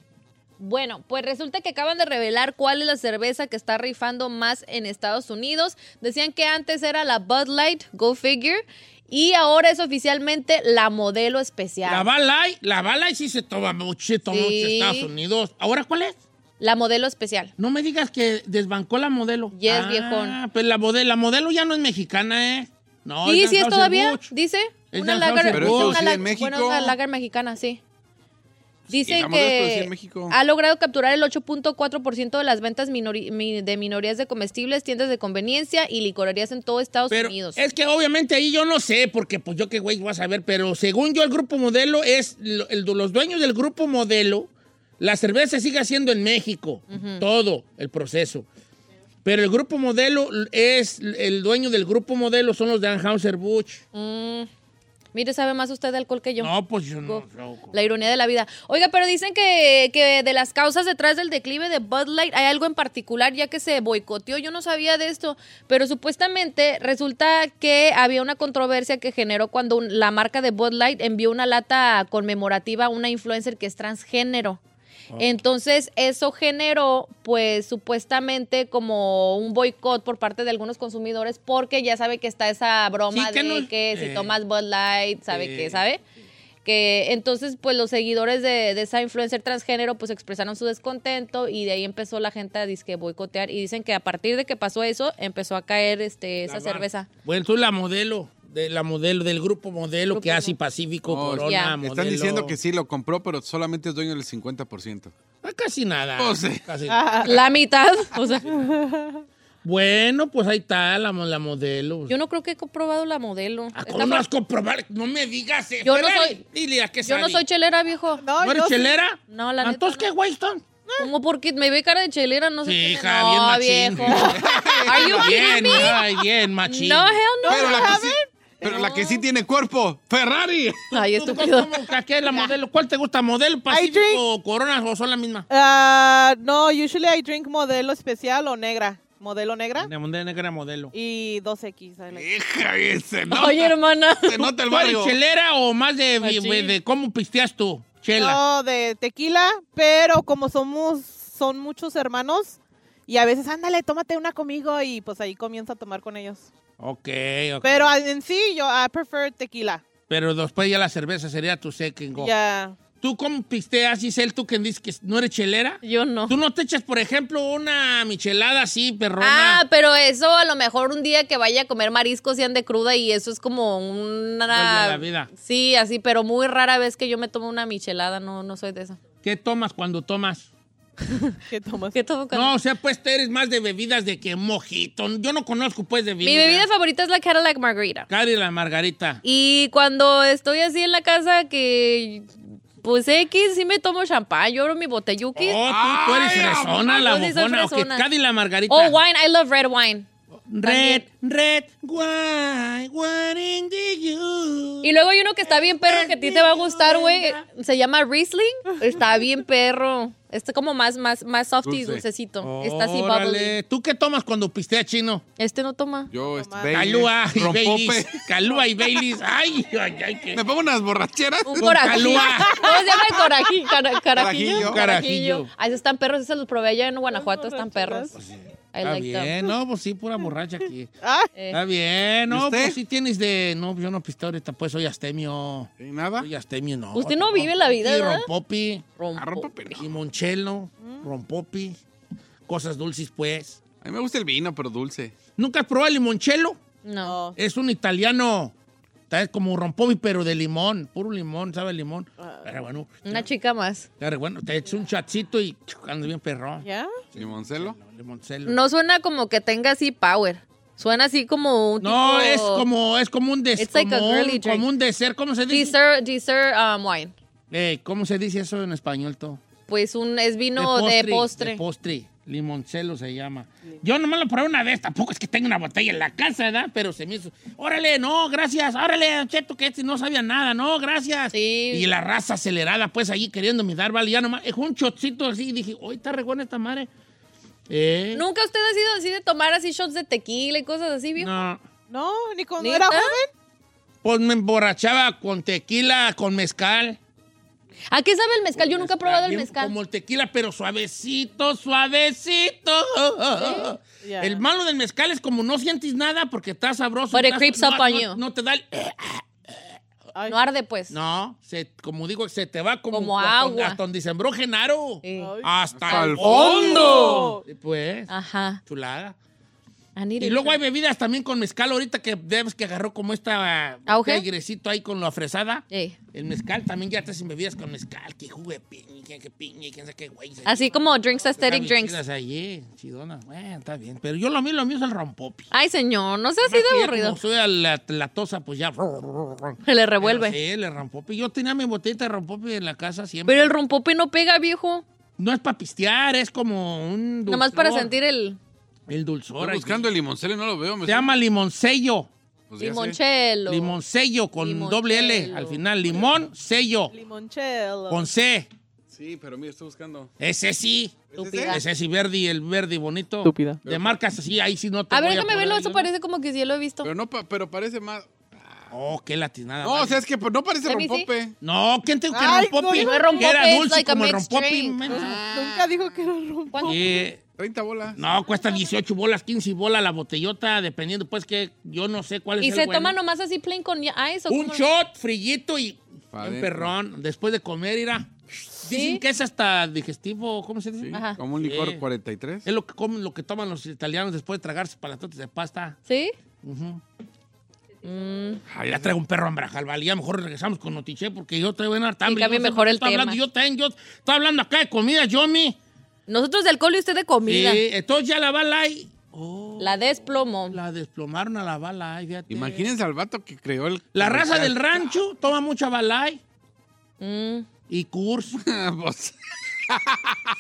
Speaker 3: Bueno, pues resulta que acaban de revelar cuál es la cerveza que está rifando más en Estados Unidos. Decían que antes era la Bud Light, go figure, y ahora es oficialmente la modelo especial.
Speaker 2: La Balay, la Balay sí se toma mucho, se toma
Speaker 3: Sí.
Speaker 2: mucho en Estados Unidos. ¿Ahora cuál es?
Speaker 3: La modelo especial.
Speaker 2: No me digas que desbancó la modelo.
Speaker 3: Yes,
Speaker 2: Ah,
Speaker 3: viejón.
Speaker 2: Pues la modelo, la modelo ya no es mexicana, ¿eh? No,
Speaker 3: sí,
Speaker 2: es
Speaker 3: sí es
Speaker 2: Anheuser-Busch.
Speaker 3: todavía, dice.
Speaker 2: Es
Speaker 3: una
Speaker 2: de
Speaker 3: lager,
Speaker 2: Anheuser-Busch.
Speaker 6: Pero eso
Speaker 3: una
Speaker 6: sí en
Speaker 3: lag- bueno,
Speaker 6: México.
Speaker 3: una lager mexicana, sí.
Speaker 6: y la
Speaker 3: Dicen
Speaker 6: moda es producida en
Speaker 3: que
Speaker 6: México.
Speaker 3: ha logrado capturar el 8.4% de las ventas minori- mi- de minorías de comestibles, tiendas de conveniencia y licorerías en todo Estados
Speaker 2: Pero
Speaker 3: Unidos.
Speaker 2: es que obviamente ahí yo no sé, porque pues yo qué güey voy a saber, pero según yo el grupo modelo es, lo- el- los dueños del grupo modelo, la cerveza sigue haciendo en México, todo el proceso. Pero el grupo modelo es, el dueño del grupo modelo son los de Anheuser-Busch.
Speaker 3: Mm. Mire, sabe más usted de alcohol que yo.
Speaker 2: No, pues yo no. loco.
Speaker 3: La ironía de la vida. Oiga, pero dicen que, que de las causas detrás del declive de Bud Light hay algo en particular, ya que se boicoteó. Yo no sabía de esto, pero supuestamente resulta que había una controversia que generó cuando un- la marca de Bud Light envió una lata conmemorativa a una influencer que es transgénero. Entonces, eso generó, pues, supuestamente como un boicot por parte de algunos consumidores, porque ya sabe que está esa broma
Speaker 2: Sí, que
Speaker 3: de
Speaker 2: no-
Speaker 3: que si
Speaker 2: eh,
Speaker 3: tomas Bud Light, sabe
Speaker 2: eh,
Speaker 3: que, ¿sabe? que entonces pues los seguidores de, de esa influencer transgénero pues expresaron su descontento y de ahí empezó la gente a disque boicotear y dicen que a partir de que pasó eso empezó a caer este esa
Speaker 2: La bar-
Speaker 3: cerveza.
Speaker 2: Bueno, tú la modelo, de la modelo, del grupo modelo que hace Pacífico
Speaker 4: Oh,
Speaker 2: Corona
Speaker 3: Ya.
Speaker 2: Modelo.
Speaker 4: Están diciendo que sí lo compró, pero solamente es dueño del 50%.
Speaker 2: Ah, casi nada.
Speaker 4: Oh, sí.
Speaker 2: Casi-
Speaker 3: La mitad, o sea,
Speaker 2: Bueno, pues ahí está la, mo- la modelo.
Speaker 3: yo no creo que he comprobado la modelo.
Speaker 2: Ah,
Speaker 3: Está
Speaker 2: ¿Cómo no
Speaker 3: mal-
Speaker 2: has comprobado? No me digas. eh.
Speaker 3: Yo no
Speaker 2: Ferrari,
Speaker 3: soy-
Speaker 2: Dile a qué
Speaker 3: yo no
Speaker 2: sale.
Speaker 3: soy chelera, viejo.
Speaker 5: No,
Speaker 2: ¿No eres
Speaker 5: yo sí.
Speaker 2: chelera?
Speaker 3: No, la neta,
Speaker 2: ¿Entonces qué, Winston?
Speaker 3: Como porque me ve cara de chelera, no sé.
Speaker 2: Sí,
Speaker 3: qué-
Speaker 2: hija,
Speaker 3: no, ah,
Speaker 2: bien
Speaker 3: viejo.
Speaker 2: machín.
Speaker 3: Are you
Speaker 2: bien,
Speaker 3: kidding me?
Speaker 2: ay, bien, machín.
Speaker 3: No, hell no.
Speaker 4: pero la que sí, pero la que sí tiene cuerpo, Ferrari.
Speaker 3: Ay,
Speaker 2: ¿Tú
Speaker 3: estúpido.
Speaker 2: cómo- a qué la modelo? ¿Cuál te gusta? ¿Modelo
Speaker 5: drink-
Speaker 2: Pacífico o Corona o son la misma?
Speaker 5: Ah, no, usually I drink modelo especial o negra. Modelo negra
Speaker 2: La modelo negra modelo.
Speaker 5: y 2X. I like.
Speaker 4: Hija, se nota,
Speaker 3: Oye, hermana.
Speaker 4: se nota el
Speaker 2: ¿Tú eres
Speaker 4: barrio.
Speaker 2: chelera o más de,
Speaker 3: Machín.
Speaker 2: de cómo pisteas tú? Chela.
Speaker 5: No, de tequila, pero como somos, son muchos hermanos y a veces, ándale, tómate una conmigo y pues ahí comienzo a tomar con ellos.
Speaker 2: Ok, ok.
Speaker 5: Pero en sí, yo, I prefer tequila.
Speaker 2: Pero después ya la cerveza sería tu second
Speaker 5: Ya.
Speaker 2: go. ¿Tú cómo pisteas, Giselle? ¿Tú que dices que no eres chelera?
Speaker 3: Yo no.
Speaker 2: ¿Tú no te echas, por ejemplo, una michelada así, perrona?
Speaker 3: Ah, pero eso a lo mejor un día que vaya a comer mariscos y ande cruda y eso es como una...
Speaker 2: Vuelve a la vida.
Speaker 3: Sí, así, pero muy rara vez que yo me tomo una michelada, no, no soy de esa.
Speaker 2: ¿Qué tomas cuando tomas?
Speaker 5: ¿Qué tomas?
Speaker 3: ¿Qué tomo cuando-
Speaker 2: No, o sea, pues tú eres más de bebidas de que mojito. Yo no conozco, pues, de bebidas.
Speaker 3: Mi bebida favorita es la Cadillac Margarita.
Speaker 2: Cari la margarita.
Speaker 3: Y cuando estoy así en la casa que... Pues X, sí me tomo champán, yo abro mi botelluki.
Speaker 2: Oh, tú, tú eres
Speaker 4: Ay,
Speaker 2: fresona, la
Speaker 3: yo sí soy
Speaker 2: bofona. Ok,
Speaker 3: fresona.
Speaker 2: Cari la margarita.
Speaker 3: oh, wine, I love red wine.
Speaker 2: Red,
Speaker 3: también.
Speaker 2: red, wine, what in the you?
Speaker 3: Y luego hay uno que está bien perro que a ti te va a gustar, güey. Se llama Riesling. Está bien perro. Está como más, más, más soft y
Speaker 4: Dulce.
Speaker 3: dulcecito. Está así bubbly.
Speaker 2: Órale. ¿Tú qué tomas cuando pistea chino?
Speaker 3: Este no toma.
Speaker 4: Yo, este,
Speaker 5: Tomate.
Speaker 4: Baileys,
Speaker 2: Calúa y
Speaker 4: rompope.
Speaker 2: Baileys. Calúa y Baileys. Ay, ay, ay. qué-
Speaker 4: Me pongo unas borracheras.
Speaker 3: Un corajillo.
Speaker 2: calúa.
Speaker 3: ¿Cómo se llama el corajillo? Cara- carajillo.
Speaker 4: Carajillo.
Speaker 2: Carajillo.
Speaker 3: Ay, esos están perros. Esos los probé allá en Guanajuato. Están perros. I
Speaker 2: Está
Speaker 3: like them.
Speaker 2: bien, no, pues sí, pura borracha aquí.
Speaker 5: Ah,
Speaker 3: Eh,
Speaker 2: Está bien, no,
Speaker 4: usted?
Speaker 2: pues sí tienes de... No, yo no pisteo ahorita, pues soy astemio.
Speaker 4: ¿Y
Speaker 6: Ah.
Speaker 4: nada?
Speaker 2: Soy astemio, no.
Speaker 3: Usted no vive la vida,
Speaker 2: Y
Speaker 3: ¿verdad?
Speaker 2: rompopi,
Speaker 3: rompo. Mm.
Speaker 2: y monchelo, rompopi, cosas dulces, pues.
Speaker 4: A mí me gusta el vino, pero dulce.
Speaker 2: ¿Nunca has probado el limonchelo?
Speaker 3: No.
Speaker 2: Es un italiano, es como rompopi, pero de limón, puro limón, sabe a limón. Pero bueno,
Speaker 3: Ah. Una chica más.
Speaker 2: pero bueno, te echas un chatcito y chuc, andas bien perrón.
Speaker 5: ¿ya?
Speaker 4: Limoncelo.
Speaker 2: Limonchelo.
Speaker 3: No suena como que tenga así power. Suena así como un
Speaker 2: No,
Speaker 3: tipo-
Speaker 2: es como, es como un des,
Speaker 3: It's like a
Speaker 2: como, un-
Speaker 3: girly drink.
Speaker 2: como un dessert, ¿cómo se dice?
Speaker 3: Dessert, dessert um, wine.
Speaker 2: Ey, ¿Cómo se dice eso en español, todo?
Speaker 3: Pues un es vino de postre.
Speaker 2: De postre. Limoncelo se llama. Yo nomás lo probé una vez, tampoco es que tenga una botella en la casa, ¿verdad? Pero se me hizo. Órale, no, gracias, órale, don cheto, que este no sabía nada, no, gracias.
Speaker 3: Sí.
Speaker 2: Y la raza acelerada, pues allí queriéndome dar, vale, ya nomás. Es un chocito así, y dije, hoy está re buena esta madre. Eh,
Speaker 3: ¿Nunca usted ha sido así de tomar así shots de tequila y cosas así, viejo?
Speaker 2: no.
Speaker 5: No, ni cuando
Speaker 3: ¿Neta?
Speaker 5: era joven.
Speaker 2: Pues me emborrachaba con tequila, con mezcal.
Speaker 3: ¿A qué sabe el mezcal? Yo nunca he probado el
Speaker 2: Bien
Speaker 3: mezcal.
Speaker 2: Como el tequila, pero suavecito, suavecito.
Speaker 5: Ya.
Speaker 2: El malo del mezcal es como no sientes nada porque está sabroso.
Speaker 3: But it
Speaker 2: estás-
Speaker 3: creeps
Speaker 2: no,
Speaker 3: up on
Speaker 2: no-
Speaker 3: you.
Speaker 2: No te da el-
Speaker 5: Ay,
Speaker 3: No arde, pues.
Speaker 2: No, se- como digo, se te va como,
Speaker 3: Como
Speaker 2: hasta-
Speaker 3: agua.
Speaker 2: Hasta donde sembró Genaro.
Speaker 3: Sí.
Speaker 5: Ay.
Speaker 2: Hasta
Speaker 4: Hasta
Speaker 2: el
Speaker 4: el
Speaker 2: fondo. Pues,
Speaker 3: Ajá. Ah,
Speaker 2: chulada.
Speaker 3: I need
Speaker 2: Y
Speaker 3: it.
Speaker 2: luego hay bebidas también con mezcal ahorita que debes que agarró como esta
Speaker 3: ¿Auge?
Speaker 2: este airecito ahí con la fresada.
Speaker 3: Ey.
Speaker 2: El mezcal también ya te hacen bebidas con mezcal, que jugo de piña, que- que piña, quién sabe qué güey.
Speaker 3: Así como drinks
Speaker 2: Están
Speaker 3: aesthetic
Speaker 2: bien
Speaker 3: drinks.
Speaker 2: chidas ahí, chidona. Bueno, está bien. Pero yo lo mío, lo mío es el rompopi.
Speaker 3: Ay, señor, no sea así
Speaker 2: Más que
Speaker 3: de
Speaker 2: ya
Speaker 3: aburrido.
Speaker 2: Como soy a la, la tosa, pues ya.
Speaker 3: Se le revuelve.
Speaker 2: Pero sí, el rompopi. Yo tenía mi botellita de rompopi en la casa siempre.
Speaker 3: Pero el rompope no pega, viejo.
Speaker 2: No es para pistear, es como un dulzor.
Speaker 3: Nomás para sentir el
Speaker 2: El dulzor.
Speaker 4: Estoy
Speaker 2: ahí.
Speaker 4: buscando el limoncelo y no lo veo. Me
Speaker 2: Se llama limoncello.
Speaker 4: Pues ya sé.
Speaker 2: ¿eh?
Speaker 3: limonchelo.
Speaker 2: Limoncello con
Speaker 3: Limoncello.
Speaker 2: doble L al final. Limón, sello.
Speaker 5: Limoncello.
Speaker 2: Con C.
Speaker 4: Sí, pero mira, estoy buscando.
Speaker 2: Ese sí.
Speaker 3: Estúpida.
Speaker 2: Ese sí, verde, el verde bonito.
Speaker 5: Estúpida.
Speaker 2: De marcas así, ahí sí no te
Speaker 3: A ver,
Speaker 2: voy
Speaker 3: déjame
Speaker 2: poder
Speaker 3: verlo.
Speaker 2: yo,
Speaker 3: Eso
Speaker 2: ¿no?
Speaker 3: parece como que sí lo he visto.
Speaker 4: Pero no, pa- pero parece más. Ah,
Speaker 2: Oh, qué latinada.
Speaker 6: No,
Speaker 2: vale.
Speaker 6: o sea, es que pues, no parece
Speaker 3: Let me see.
Speaker 6: rompope.
Speaker 2: No, ¿quién te que
Speaker 5: Ay,
Speaker 2: rompope?
Speaker 5: no, no,
Speaker 2: Que
Speaker 3: rompope,
Speaker 2: Era
Speaker 3: it's
Speaker 2: dulce
Speaker 3: like a
Speaker 2: como el
Speaker 3: mixed
Speaker 2: rompope.
Speaker 3: drink.
Speaker 2: men.
Speaker 5: Nunca dijo que era un rompo.
Speaker 3: ¿Cuánto?
Speaker 2: Eh,
Speaker 6: 30 bolas.
Speaker 2: no, cuesta 18 bolas, 15 bolas la botellota, dependiendo, pues que yo no sé cuál es
Speaker 3: ¿Y
Speaker 2: el
Speaker 3: se
Speaker 2: bueno.
Speaker 3: toma nomás así plain con ice o
Speaker 2: Un
Speaker 3: cómo?
Speaker 2: shot, frillito y
Speaker 6: Pa'
Speaker 2: un
Speaker 6: dentro.
Speaker 2: perrón. Después de comer, irá. Dicen que es hasta digestivo, ¿cómo se dice?
Speaker 6: Sí,
Speaker 3: Ajá.
Speaker 6: Como un licor
Speaker 2: Sí.
Speaker 6: 43.
Speaker 2: Es lo que comen, lo que toman los italianos después de tragarse palatotes de pasta.
Speaker 3: ¿Sí?
Speaker 2: Ay, ya traigo un perro ambrajal, vale. Ya mejor regresamos con Notiche porque yo traigo una
Speaker 3: Sí,
Speaker 2: hartambre.
Speaker 3: cambie
Speaker 2: Yo no sé
Speaker 3: mejor
Speaker 2: por qué
Speaker 3: el
Speaker 2: estoy
Speaker 3: tema.
Speaker 2: Hablando, yo también, yo estoy hablando acá de comida, Yomi.
Speaker 3: Nosotros de alcohol y usted de comida.
Speaker 2: Sí, entonces ya la bala ahí. Oh,
Speaker 3: La desplomo.
Speaker 2: la desplomaron a la bala ahí, fíjate.
Speaker 6: Imagínense al vato que creó el.
Speaker 2: La raza del rancho toma mucha balay
Speaker 3: Mm.
Speaker 2: y curso.
Speaker 6: Pues,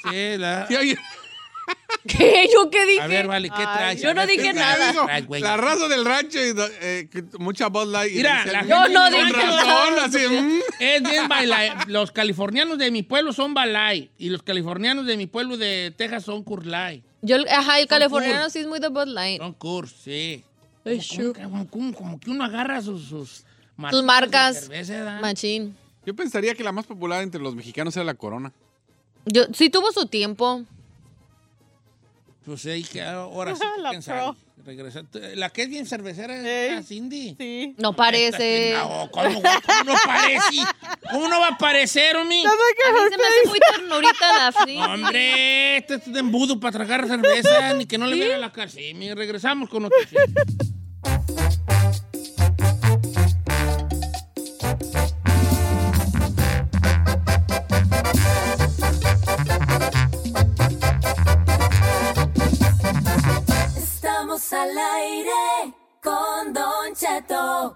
Speaker 2: Sí, la-
Speaker 6: sí, oye,
Speaker 3: ¿Qué? ¿Yo qué dije?
Speaker 2: A ver, vale, ¿qué traes?
Speaker 3: yo
Speaker 2: A
Speaker 3: no
Speaker 2: ver, ¿qué
Speaker 3: dije
Speaker 2: traes?
Speaker 3: nada.
Speaker 2: ¿Qué traes, güey?
Speaker 6: la raza del rancho y eh, que mucha voz light. y
Speaker 2: Mira,
Speaker 6: dice, "Mm,
Speaker 2: la
Speaker 3: Yo
Speaker 2: gente
Speaker 3: no
Speaker 2: del
Speaker 3: dije
Speaker 2: rancho
Speaker 3: nada.
Speaker 6: Razón, así, mm.
Speaker 2: Es bien baila. Los californianos de mi pueblo son balay y los californianos de mi pueblo de Texas son curlay.
Speaker 3: Yo, ajá, el
Speaker 2: Son
Speaker 3: californiano
Speaker 2: cool.
Speaker 3: sí es muy de Bud Light.
Speaker 2: Son curs, sí. Como,
Speaker 3: Ay, sure.
Speaker 2: como- como- como que uno agarra sus, sus
Speaker 3: Tus marcas.
Speaker 2: de cerveza, ¿verdad?
Speaker 3: Machín.
Speaker 6: Yo pensaría que la más popular entre los mexicanos era la corona.
Speaker 3: Yo, sí tuvo su tiempo.
Speaker 2: Pues ahí que ahora sí,
Speaker 5: La
Speaker 2: quién sabe. Regresar. La que es bien cervecera es
Speaker 5: Ey.
Speaker 2: la Cindy.
Speaker 5: Sí.
Speaker 3: No parece. A
Speaker 2: No, ¿cómo, güey? ¿Cómo no parece? ¿Cómo no va a parecer, Omi?
Speaker 3: mí se me hace muy ternurita la
Speaker 2: No,
Speaker 3: fría.
Speaker 2: Hombre, este es de embudo para tragar cerveza, ni que no le vean la cara. Sí, mi, regresamos con noticias.
Speaker 7: Estamos al aire con Don Cheto.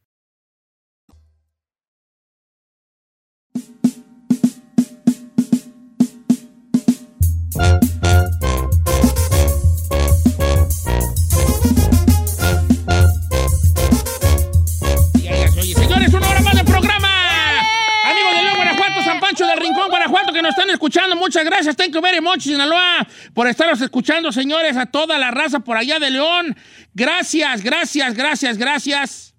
Speaker 2: Ya, ya se oye. Señores, una hora más de programa. Amigos de León, Guanajuato, San Pancho del Rincón, Guanajuato, que nos están escuchando. Muchas gracias. Thank you very much, Sinaloa, por estaros escuchando, señores, a toda la raza por allá de León. Gracias, gracias, gracias, gracias.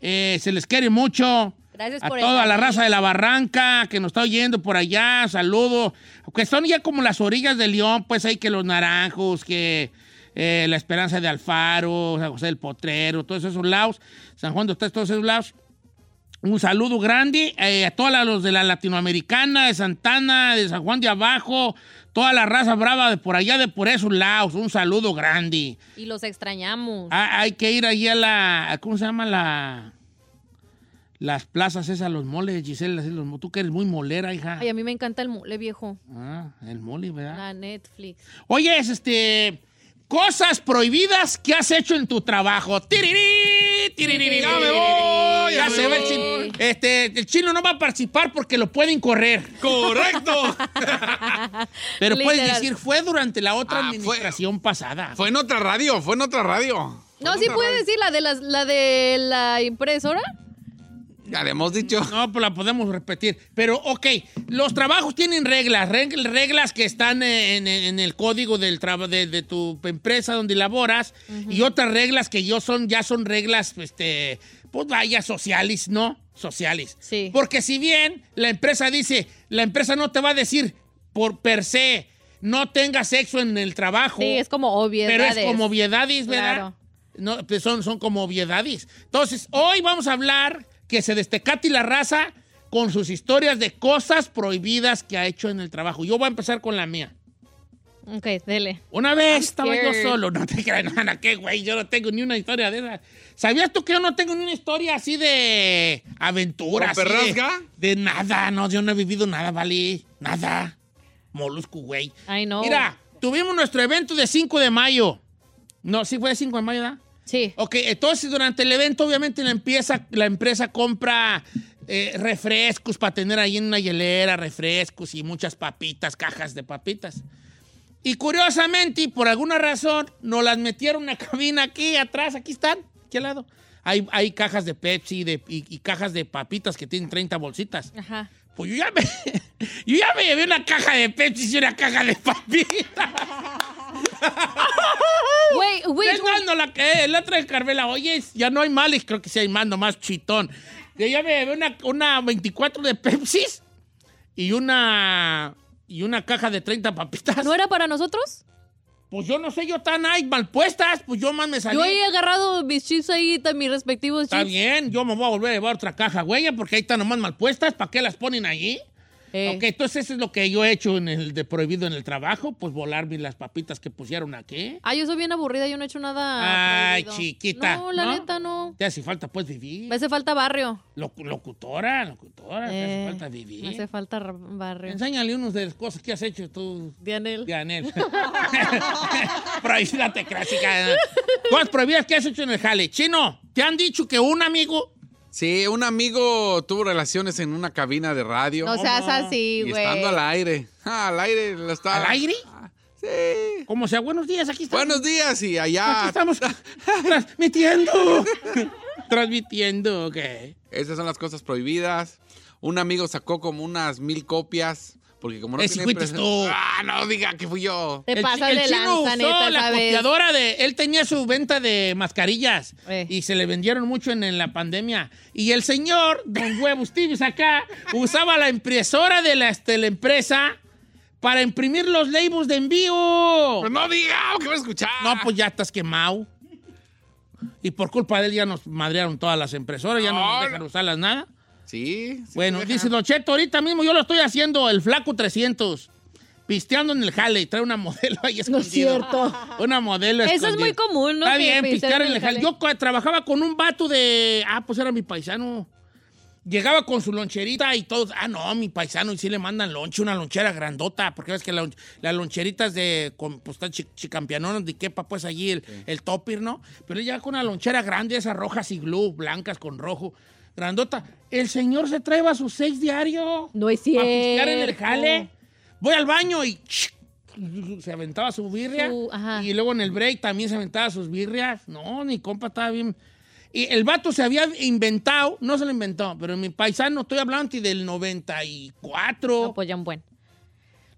Speaker 2: Eh, se les quiere mucho.
Speaker 3: Gracias
Speaker 2: a
Speaker 3: por
Speaker 2: toda
Speaker 3: estar
Speaker 2: la
Speaker 3: aquí.
Speaker 2: raza de la Barranca que nos está oyendo por allá, saludo. Que son ya como las orillas de León, pues hay que los naranjos, que eh, la Esperanza de Alfaro, San José del Potrero, todos esos lados, San Juan de Ustedes, todos esos lados. Un saludo grande eh, a todos los de la Latinoamericana, de Santana, de San Juan de Abajo, toda la raza brava de por allá, de por esos lados. Un saludo grande.
Speaker 3: Y los extrañamos.
Speaker 2: Ah, hay que ir allí a la. ¿Cómo se llama la.? Las plazas esas, los moles, Gisela. así, los mo- tú que eres muy molera, hija.
Speaker 3: Ay, a mí me encanta el mole viejo.
Speaker 2: Ah, el mole, ¿verdad?
Speaker 3: La Netflix.
Speaker 2: Oye, es, este. Cosas prohibidas que has hecho en tu trabajo. ¡Tirirí! ¡Tirirí! ¡Ya me voy! Ya se va el chino. Este, el chino no va a participar porque lo pueden correr.
Speaker 6: ¡Correcto!
Speaker 2: Pero puedes
Speaker 3: Literal.
Speaker 2: decir, fue durante la otra
Speaker 6: Ah, fue-
Speaker 2: administración pasada.
Speaker 6: fue en otra radio, fue en otra radio.
Speaker 3: No, sí puede decir la de, las, la de la impresora.
Speaker 6: Ya le hemos dicho.
Speaker 2: No, pues la podemos repetir. Pero, ok, los trabajos tienen reglas, reg- reglas que están eh, en, en el código del traba- de, de tu empresa donde laboras y otras reglas que yo son, ya son reglas, este, pues vaya, sociales, ¿no? Sociales.
Speaker 3: Sí.
Speaker 2: Porque si bien la empresa dice, la empresa no te va a decir por per se, no tengas sexo en el trabajo.
Speaker 3: Sí, es como obviedad.
Speaker 2: Pero es como obviedades, ¿verdad?
Speaker 3: Claro.
Speaker 2: No, pues son, son como obviedades. Entonces, hoy vamos a hablar que se destecate la raza con sus historias de cosas prohibidas que ha hecho en el trabajo. Yo voy a empezar con la mía.
Speaker 3: Ok, dele.
Speaker 2: Una vez
Speaker 3: I'm
Speaker 2: estaba
Speaker 3: scared.
Speaker 2: yo solo, no te creas, nana, qué güey, yo no tengo ni una historia de esa. ¿Sabías tú que yo no tengo ni una historia así de aventura? así de-
Speaker 6: ¿Romperrasga?
Speaker 2: De, nada, no, yo no he vivido nada, vale, nada. Molusco, güey.
Speaker 3: I know.
Speaker 2: Mira, tuvimos nuestro evento de 5 de mayo. No, sí fue de 5 de mayo, ¿verdad?
Speaker 3: Sí.
Speaker 2: Ok, entonces durante el evento obviamente la, empieza, la empresa compra eh, refrescos para tener ahí en una hielera, refrescos y muchas papitas, cajas de papitas. Y curiosamente, y por alguna razón, nos las metieron a cabina aquí atrás, aquí están, aquí al lado. Hay, hay cajas de Pepsi de- y, y cajas de papitas que tienen 30 bolsitas.
Speaker 3: Ajá.
Speaker 2: Pues yo ya me, yo ya me llevé una caja de Pepsi y una caja de papitas.
Speaker 3: Wait, wait,
Speaker 2: Es más, no la que la otra de Carmela, oye, ya no hay males, creo que sí hay más, nomás chitón. Yo ya me llevé una, una 24 de Pepsi y una y una caja de 30 papitas.
Speaker 3: ¿No era para nosotros?
Speaker 2: Pues yo no sé, yo tan ahí mal puestas, pues yo más me salí.
Speaker 3: Yo he agarrado mis chips ahí, tam- mis respectivos chips.
Speaker 2: Está bien, yo me voy a volver a llevar otra caja, güey, porque ahí están nomás mal puestas, ¿para qué las ponen allí?
Speaker 3: Eh,
Speaker 2: Ok, entonces eso es lo que yo he hecho en el de prohibido en el trabajo, pues volarme las papitas que pusieron aquí.
Speaker 3: Ay, Ah, yo soy bien aburrida, yo no he hecho nada.
Speaker 2: Ay,
Speaker 3: prohibido.
Speaker 2: chiquita,
Speaker 3: No, la
Speaker 2: ¿no?
Speaker 3: neta, no.
Speaker 2: Te hace falta pues vivir.
Speaker 3: Me hace falta barrio.
Speaker 2: Loc- locutora, locutora, Ah, te hace
Speaker 3: Eh,
Speaker 2: falta
Speaker 3: Me hace
Speaker 2: vivir.
Speaker 3: falta ra- barrio.
Speaker 2: Enséñale unas de las cosas que has hecho tú,
Speaker 3: Dianel.
Speaker 2: Dianel. Prohibida te clásica. Cosas prohibidas que has hecho en el jale. Chino, ¿te han dicho que un amigo
Speaker 4: Sí, un amigo tuvo relaciones en una cabina de radio.
Speaker 9: No seas así,
Speaker 4: y
Speaker 9: güey.
Speaker 4: estando al aire. Ah, al aire lo está.
Speaker 2: al aire?
Speaker 4: Sí.
Speaker 2: Como sea, buenos días, aquí estamos.
Speaker 4: Buenos días y
Speaker 2: Aquí
Speaker 4: allá.
Speaker 2: estamos transmitiendo. transmitiendo, ok.
Speaker 4: Esas son las cosas prohibidas. Un amigo sacó como unas mil copias. Porque como no
Speaker 2: Ese
Speaker 4: tiene
Speaker 2: fuiste
Speaker 4: presen-
Speaker 2: tú.
Speaker 4: Ah, no diga que fui yo.
Speaker 9: Te
Speaker 2: El chi-
Speaker 9: pasas
Speaker 2: el
Speaker 9: de
Speaker 2: chino
Speaker 9: lanza,
Speaker 2: usó
Speaker 9: neta,
Speaker 2: la
Speaker 9: ¿sabes?
Speaker 2: copiadora de... Él tenía su venta de mascarillas
Speaker 3: Eh.
Speaker 2: y se le vendieron mucho en, en la pandemia. Y el señor, don Huevos Tibios acá, usaba la impresora de la, de la empresa para imprimir los labels de envío.
Speaker 4: Pues no diga, que voy a escuchar.
Speaker 2: No, pues ya estás quemado. Y por culpa de él ya nos madrearon todas las impresoras, ya no, nos
Speaker 4: No,
Speaker 2: dejan usarlas nada.
Speaker 4: pues, Sí. sí
Speaker 2: bueno,
Speaker 4: te deja.
Speaker 2: dice Don Cheto, ahorita mismo yo lo estoy haciendo, el flaco 300. Pisteando en el jale y trae una modelo ahí escondida.
Speaker 9: cierto.
Speaker 2: Una modelo
Speaker 3: Eso es
Speaker 2: escondida.
Speaker 3: muy común, ¿no?
Speaker 2: Está
Speaker 3: Que
Speaker 2: bien,
Speaker 3: pistear
Speaker 2: pistear
Speaker 3: en
Speaker 2: en
Speaker 3: el
Speaker 2: el jale.
Speaker 3: jale.
Speaker 2: Yo co- trabajaba con un vato de... Ah, pues era mi paisano. Llegaba con su loncherita y todos... Ah, no, mi paisano. Y sí le mandan lonche, una lonchera grandota. Porque ves que la lon- las loncheritas de... con- Pues están chi- chicampianonas de quepa, pues allí el, el topper, ¿no? Pero él llega con una lonchera grande, esas rojas y blue, blancas con rojo. Grandota. El señor se trae a sus seis diarios.
Speaker 9: No es
Speaker 2: A
Speaker 9: cierto.
Speaker 2: pistear en el jale. Voy al baño y... Se aventaba su birria.
Speaker 3: Su- ajá.
Speaker 2: Y luego en el break también se aventaba sus birrias. No, mi compa estaba bien. Y el vato se había inventado, no se lo inventó, pero mi paisano, estoy hablando y del 94.
Speaker 3: No, pues ya un buen.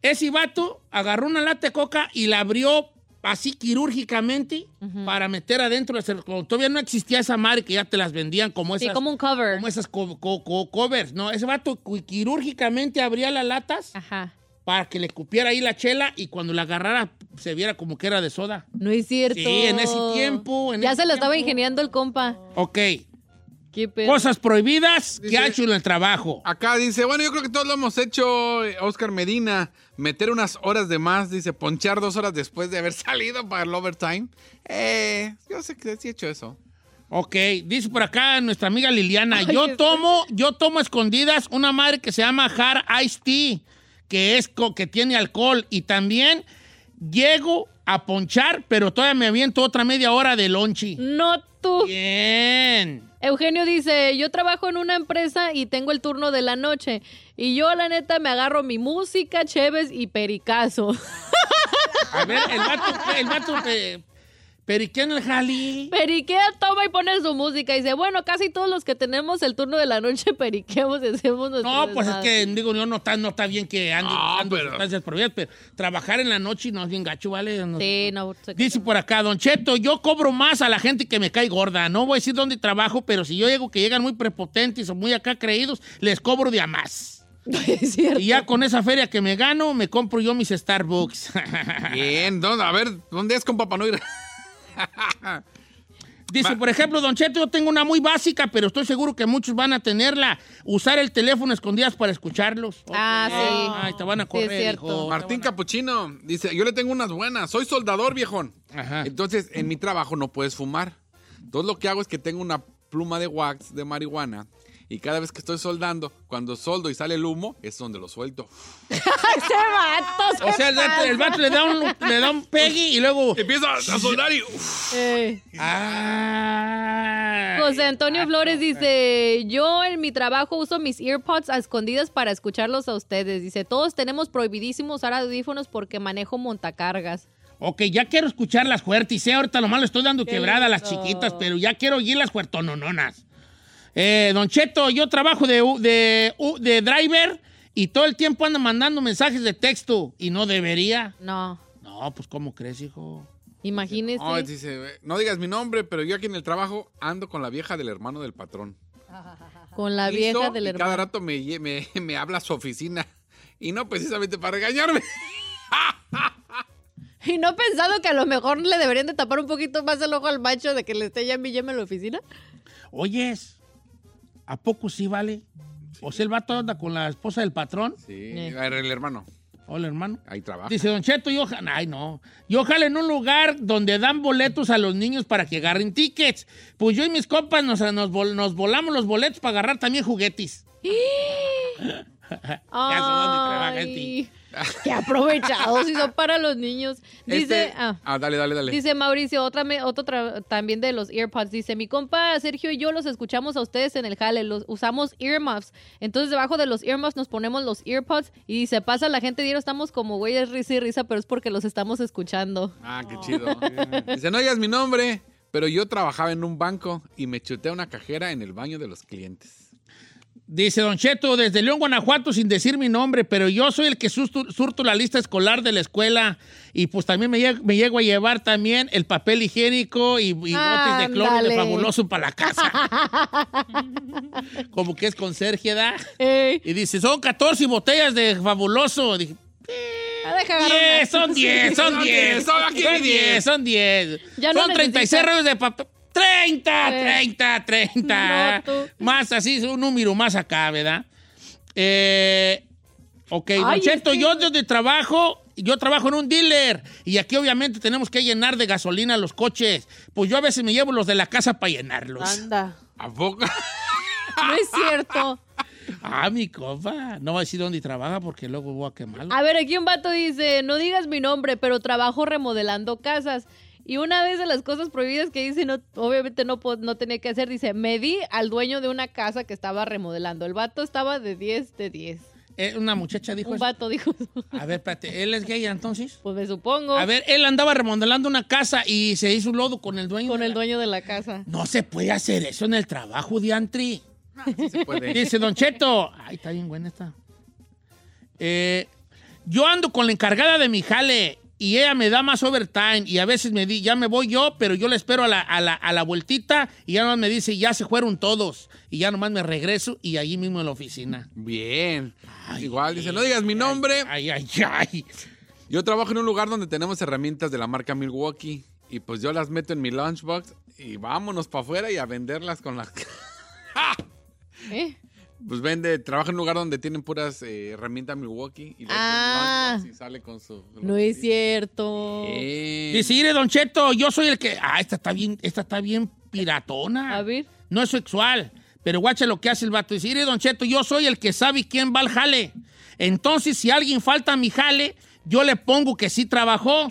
Speaker 2: Ese vato agarró una lata de coca y la abrió así quirúrgicamente para meter adentro. del cer- cuando Todavía no existía esa madre que ya te las vendían como esas.
Speaker 3: Sí, como un cover.
Speaker 2: como esas co- co- co- covers, ¿no? Ese vato cu- quirúrgicamente abría las latas
Speaker 3: Ajá.
Speaker 2: para que le cupiera ahí la chela y cuando la agarrara se viera como que era de soda.
Speaker 3: No es cierto.
Speaker 2: Sí, en ese tiempo, en
Speaker 3: ya
Speaker 2: ese
Speaker 3: se lo estaba
Speaker 2: tiempo.
Speaker 3: ingeniando el compa.
Speaker 2: Ok.
Speaker 3: Qué pedo.
Speaker 2: Cosas prohibidas que
Speaker 4: Dice-
Speaker 2: ha hecho en el trabajo.
Speaker 4: Acá dice, bueno, yo creo que todos lo hemos hecho, eh, Oscar Medina, meter unas horas de más, dice, ponchar dos horas después de haber salido para el overtime. Eh, yo sé que sí he hecho eso.
Speaker 2: Ok, dice por acá nuestra amiga Liliana, yo tomo, yo tomo a escondidas una madre que se llama Hard Ice Tea, que es co- que tiene alcohol y también llego a ponchar, pero todavía me aviento otra media hora de lonchi.
Speaker 3: No tú.
Speaker 2: Bien.
Speaker 3: Eugenio dice, yo trabajo en una empresa y tengo el turno de la noche. Y yo, la neta, me agarro mi música, cheves y pericazo.
Speaker 2: A ver, el vato, el vato pe- periquean el jali.
Speaker 3: Periquea, toma y pone su música. Y dice, bueno, casi todos los que tenemos el turno de la noche periqueamos y hacemos nuestro
Speaker 2: No, pues es que
Speaker 3: desmadre".
Speaker 2: digo, yo no está, no está bien que ande
Speaker 4: No,
Speaker 2: usando
Speaker 4: pero-
Speaker 2: sustancias prohibidas, pero trabajar en la noche no es bien gacho, ¿vale? No-
Speaker 3: Sí, no. se-
Speaker 2: Dice por acá, Don Cheto, yo cobro más a la gente que me cae gorda. No voy a decir dónde trabajo, pero si yo llego que llegan muy prepotentes o muy acá creídos, les cobro de a más.
Speaker 3: No es cierto.
Speaker 2: Y ya con esa feria que me gano, me compro yo mis Starbucks.
Speaker 4: Bien, ¿dónde- a ver, ¿dónde es con Papá Noir?
Speaker 2: Dice, por ejemplo, Don Cheto, yo tengo una muy básica, pero estoy seguro que muchos van a tenerla. Usar el teléfono a escondidas para escucharlos.
Speaker 3: Ah, sí.
Speaker 2: Ay, te van a
Speaker 3: Sí, es
Speaker 2: correr,
Speaker 3: cierto.
Speaker 2: hijo, te
Speaker 6: Martín
Speaker 2: van a-
Speaker 6: Capuchino dice, yo le tengo unas buenas, soy soldador viejón.
Speaker 2: Ajá.
Speaker 6: Entonces, en mi trabajo no puedes fumar. Entonces, lo que hago es que tengo una pluma de wax de marihuana y cada vez que estoy soldando, cuando soldo y sale el humo, es donde lo suelto.
Speaker 3: ¡Ese vato!
Speaker 2: O sea, el vato, el vato le da un, le da un peggy y luego...
Speaker 6: Empieza a soldar y...
Speaker 3: Eh.
Speaker 2: Ah.
Speaker 3: José Antonio Flores dice, yo en mi trabajo uso mis earpods a escondidas para escucharlos a ustedes. Dice, todos tenemos prohibidísimo usar audífonos porque manejo montacargas.
Speaker 2: Ok, ya quiero escuchar las fuertes. ¿eh? Ahorita lo malo estoy dando quebrada a las chiquitas, pero ya quiero oír las fuertonononas. Eh, don Cheto, yo trabajo de, u- de, u- de driver y todo el tiempo ando mandando mensajes de texto y no debería.
Speaker 3: No,
Speaker 2: No, pues ¿cómo crees, hijo?
Speaker 3: imagínese.
Speaker 6: No, dice, no digas mi nombre, pero yo aquí en el trabajo ando con la vieja del hermano del patrón.
Speaker 3: Con la
Speaker 6: Listo,
Speaker 3: vieja del
Speaker 6: y
Speaker 3: hermano.
Speaker 6: Cada rato me, lle- me, me habla a su oficina. Y no precisamente para regañarme.
Speaker 3: Y no he pensado que a lo mejor le deberían de tapar un poquito más el ojo al macho de que le esté llame y llame a la oficina.
Speaker 2: Oyes, ¿a poco sí vale? O sea, el vato anda con la esposa del patrón.
Speaker 6: Sí,
Speaker 3: Eh.
Speaker 6: a ver, el hermano.
Speaker 2: Hola, hermano.
Speaker 6: Ahí trabaja.
Speaker 2: Dice Don Cheto, yo, ay no, yo ojalá en un lugar donde dan boletos a los niños para que agarren tickets. Pues yo y mis compas nos, nos, vol- nos volamos los boletos para agarrar también juguetes. Ya sé dónde trabaja el
Speaker 3: Ay, qué aprovechados y son para los niños. Dice,
Speaker 6: Este-
Speaker 3: ah.
Speaker 6: ah, dale, dale, dale.
Speaker 3: Dice Mauricio, otra me- otro tra- también de los earpods. Dice, mi compa Sergio y yo los escuchamos a ustedes en el jale, los usamos earmuffs. Entonces debajo de los earmuffs nos ponemos los earpods y dice, pasa la gente diario, estamos como güeyes risa y risa, pero es porque los estamos escuchando.
Speaker 6: Ah, qué chido. Dice, no digas mi nombre, pero yo trabajaba en un banco y me chuté a una cajera en el baño de los clientes.
Speaker 2: Dice Don Cheto, desde León, Guanajuato, sin decir mi nombre, pero yo soy el que susto- surto la lista escolar de la escuela y pues también me, lle- me llego a llevar también el papel higiénico y, y botes de cloro de
Speaker 3: Ándale.
Speaker 2: fabuloso para la casa. Como que es conserje, ¿da?
Speaker 3: Ey,
Speaker 2: Y dice, son 14 botellas de fabuloso. Dije,
Speaker 3: ah, deja agarrar una.
Speaker 2: 10, son 10, son
Speaker 6: Son
Speaker 2: 10,
Speaker 6: 10, son aquí
Speaker 2: son
Speaker 6: mi
Speaker 2: 10,
Speaker 6: 10.
Speaker 2: son 10.
Speaker 3: Ya no
Speaker 2: Son 36
Speaker 3: necesitas.
Speaker 2: rollos de papel. 30,
Speaker 3: Eh.
Speaker 2: 30, 30.
Speaker 3: No, tú.
Speaker 2: más así, es un número más acá, ¿verdad? Eh, ok, Don
Speaker 3: Ay,
Speaker 2: Cheto,
Speaker 3: es que-
Speaker 2: yo desde trabajo, yo trabajo en un dealer y aquí obviamente tenemos que llenar de gasolina los coches. Pues yo a veces me llevo los de la casa para llenarlos.
Speaker 5: Anda.
Speaker 6: ¿A poco?
Speaker 3: No es cierto.
Speaker 2: Ah, mi copa. No voy a decir dónde trabaja porque luego voy a quemarlo.
Speaker 3: A ver, aquí un vato dice, no digas mi nombre, pero trabajo remodelando casas. Y una vez de las cosas prohibidas que hice, no, obviamente no, po- no tenía que hacer, dice, me di al dueño de una casa que estaba remodelando. El vato estaba de 10 de 10.
Speaker 2: Eh, una muchacha dijo
Speaker 3: Un
Speaker 2: eso.
Speaker 3: vato dijo,
Speaker 2: A ver, espérate, ¿él es gay entonces?
Speaker 3: pues me supongo,
Speaker 2: A ver, él andaba remodelando una casa y se hizo un lodo con el dueño.
Speaker 3: con
Speaker 2: de
Speaker 3: el
Speaker 2: la-
Speaker 3: dueño de la casa.
Speaker 2: No se puede hacer eso en el trabajo, Diantri.
Speaker 6: Sí se puede.
Speaker 2: Dice Don Cheto. Ay, está bien buena esta. Eh, yo ando con la encargada de mi jale y ella me da más overtime y a veces me di, ya me voy yo, pero yo le espero a la, a la- a la vueltita y ya nomás me dice, ya se fueron todos. Y ya nomás me regreso y allí mismo en la oficina.
Speaker 6: Bien.
Speaker 2: Ay,
Speaker 6: Igual dice, no digas mi nombre.
Speaker 2: Ay, ay, ay.
Speaker 6: Yo trabajo en un lugar donde tenemos herramientas de la marca Milwaukee. Y pues yo las meto en mi lunchbox y vámonos para afuera y a venderlas con las...
Speaker 3: ¿Eh?
Speaker 6: Pues vende, trabaja en un lugar donde tienen puras eh, herramientas Milwaukee. Y, le echan
Speaker 3: Ah.
Speaker 6: lunchbox y sale con su... Eh.
Speaker 3: No es cierto.
Speaker 6: Bien.
Speaker 2: Dice, "Mire, Don Cheto, yo soy el que... Ah, esta está bien, esta está bien piratona.
Speaker 3: A ver,
Speaker 2: No es sexual, pero guacha lo que hace el vato. Dice, mire, Don Cheto, yo soy el que sabe quién va al jale. Entonces, si alguien falta a mi jale, yo le pongo que sí trabajó.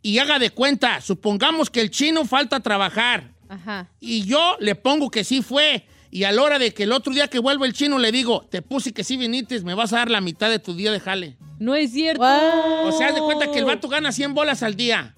Speaker 2: Y haga de cuenta, supongamos que el chino falta a trabajar.
Speaker 3: ajá.
Speaker 2: Y yo le pongo que sí fue. Y a la hora de que el otro día que vuelva el chino le digo, te puse que sí viniste, me vas a dar la mitad de tu día de jale.
Speaker 3: No es cierto.
Speaker 2: O sea, haz de cuenta que el vato gana 100 bolas al día.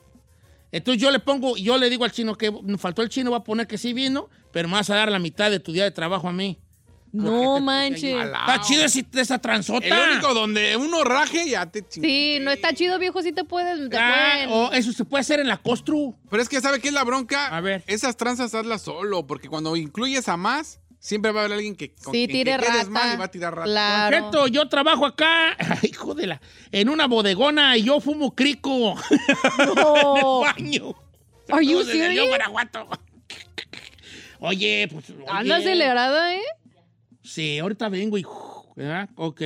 Speaker 2: Entonces yo le pongo, yo le digo al chino que faltó el chino, va a poner que sí vino, pero me vas a dar la mitad de tu día de trabajo a mí.
Speaker 3: No manches.
Speaker 6: Alao.
Speaker 2: Está chido ese- esa transota.
Speaker 6: El único donde uno raje ya te chingó.
Speaker 3: Sí, no está chido, viejo, si te puedes... te
Speaker 2: Ah,
Speaker 3: pueden-
Speaker 2: o eso se puede hacer en la costru.
Speaker 6: Pero es que, ¿sabe qué es la bronca?
Speaker 2: A ver.
Speaker 6: Esas tranzas hazlas solo, porque cuando incluyes a más, siempre va a haber alguien que con
Speaker 3: Sí,
Speaker 6: quien
Speaker 3: tire
Speaker 6: te quedes
Speaker 3: rata.
Speaker 6: mal y va a tirar rata.
Speaker 3: Claro.
Speaker 2: Perfecto, yo trabajo acá, hijo de la, en una bodegona y yo fumo crico.
Speaker 3: No.
Speaker 2: Baño.
Speaker 3: Are you
Speaker 2: Saludos desde León,
Speaker 3: Oh. serious?
Speaker 2: Guanajuato. Oye, pues. oye.
Speaker 3: Anda acelerada, ¿eh?
Speaker 2: Sí, ahorita vengo y. ¿Verdad? Ok.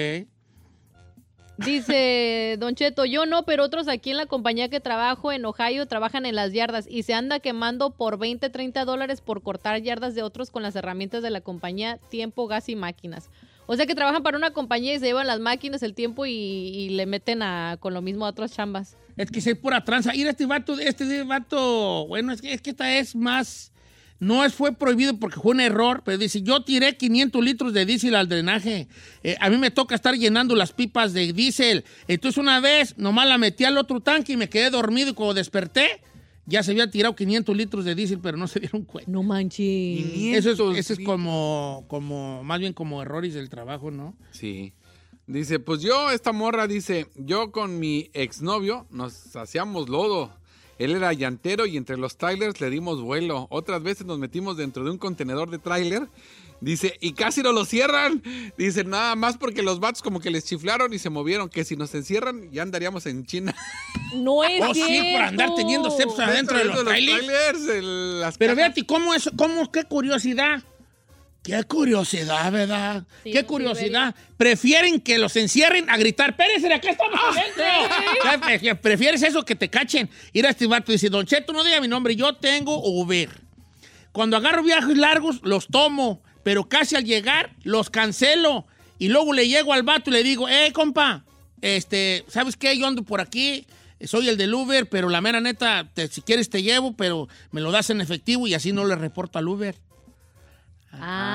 Speaker 3: Dice Don Cheto, yo no, pero otros aquí en la compañía que trabajo en Ohio trabajan en las yardas y se anda quemando por 20, 30 dólares por cortar yardas de otros con las herramientas de la compañía, tiempo, gas y máquinas. O sea que trabajan para una compañía y se llevan las máquinas, el tiempo y, y le meten a, con lo mismo a otras chambas.
Speaker 2: Es que se pura tranza. Ir este vato, este vato, bueno, es que, es que esta es más. No es, fue prohibido porque fue un error, pero dice, yo tiré 500 litros de diésel al drenaje. Eh, a mí me toca estar llenando las pipas de diésel. Entonces una vez nomás la metí al otro tanque y me quedé dormido y cuando desperté ya se había tirado 500 litros de diésel, pero no se dieron cuenta.
Speaker 3: No manches.
Speaker 2: Eso es, eso es como, como, más bien como errores del trabajo, ¿no?
Speaker 6: Sí. Dice, pues yo, esta morra dice, yo con mi exnovio nos hacíamos lodo. Él era llantero y entre los trailers le dimos vuelo. Otras veces nos metimos dentro de un contenedor de trailer. Dice, y casi no lo cierran. Dice, nada más porque los vatos como que les chiflaron y se movieron, que si nos encierran ya andaríamos en China.
Speaker 3: No es
Speaker 2: Oh, sí, por andar
Speaker 3: cierto.
Speaker 2: teniendo sexo adentro de los trailers.
Speaker 6: el- las
Speaker 2: Pero
Speaker 6: cajas.
Speaker 2: fíjate, ¿cómo eso? ¿Cómo? ¿Qué curiosidad? Qué curiosidad, ¿verdad?
Speaker 3: Sí,
Speaker 2: Qué
Speaker 3: no,
Speaker 2: curiosidad. Prefieren que los encierren a gritar, espérense, de acá estamos
Speaker 3: Ah,
Speaker 2: adentro. Ya, pre- que Prefieres eso que te cachen. Ir a este vato y dice, Don Cheto, no diga mi nombre, yo tengo Uber. Cuando agarro viajes largos, los tomo, pero casi al llegar, los cancelo. Y luego le llego al vato y le digo, eh, compa, este, ¿sabes qué? Yo ando por aquí, soy el del Uber, pero la mera neta, te- si quieres te llevo, pero me lo das en efectivo y así no le reporto al Uber.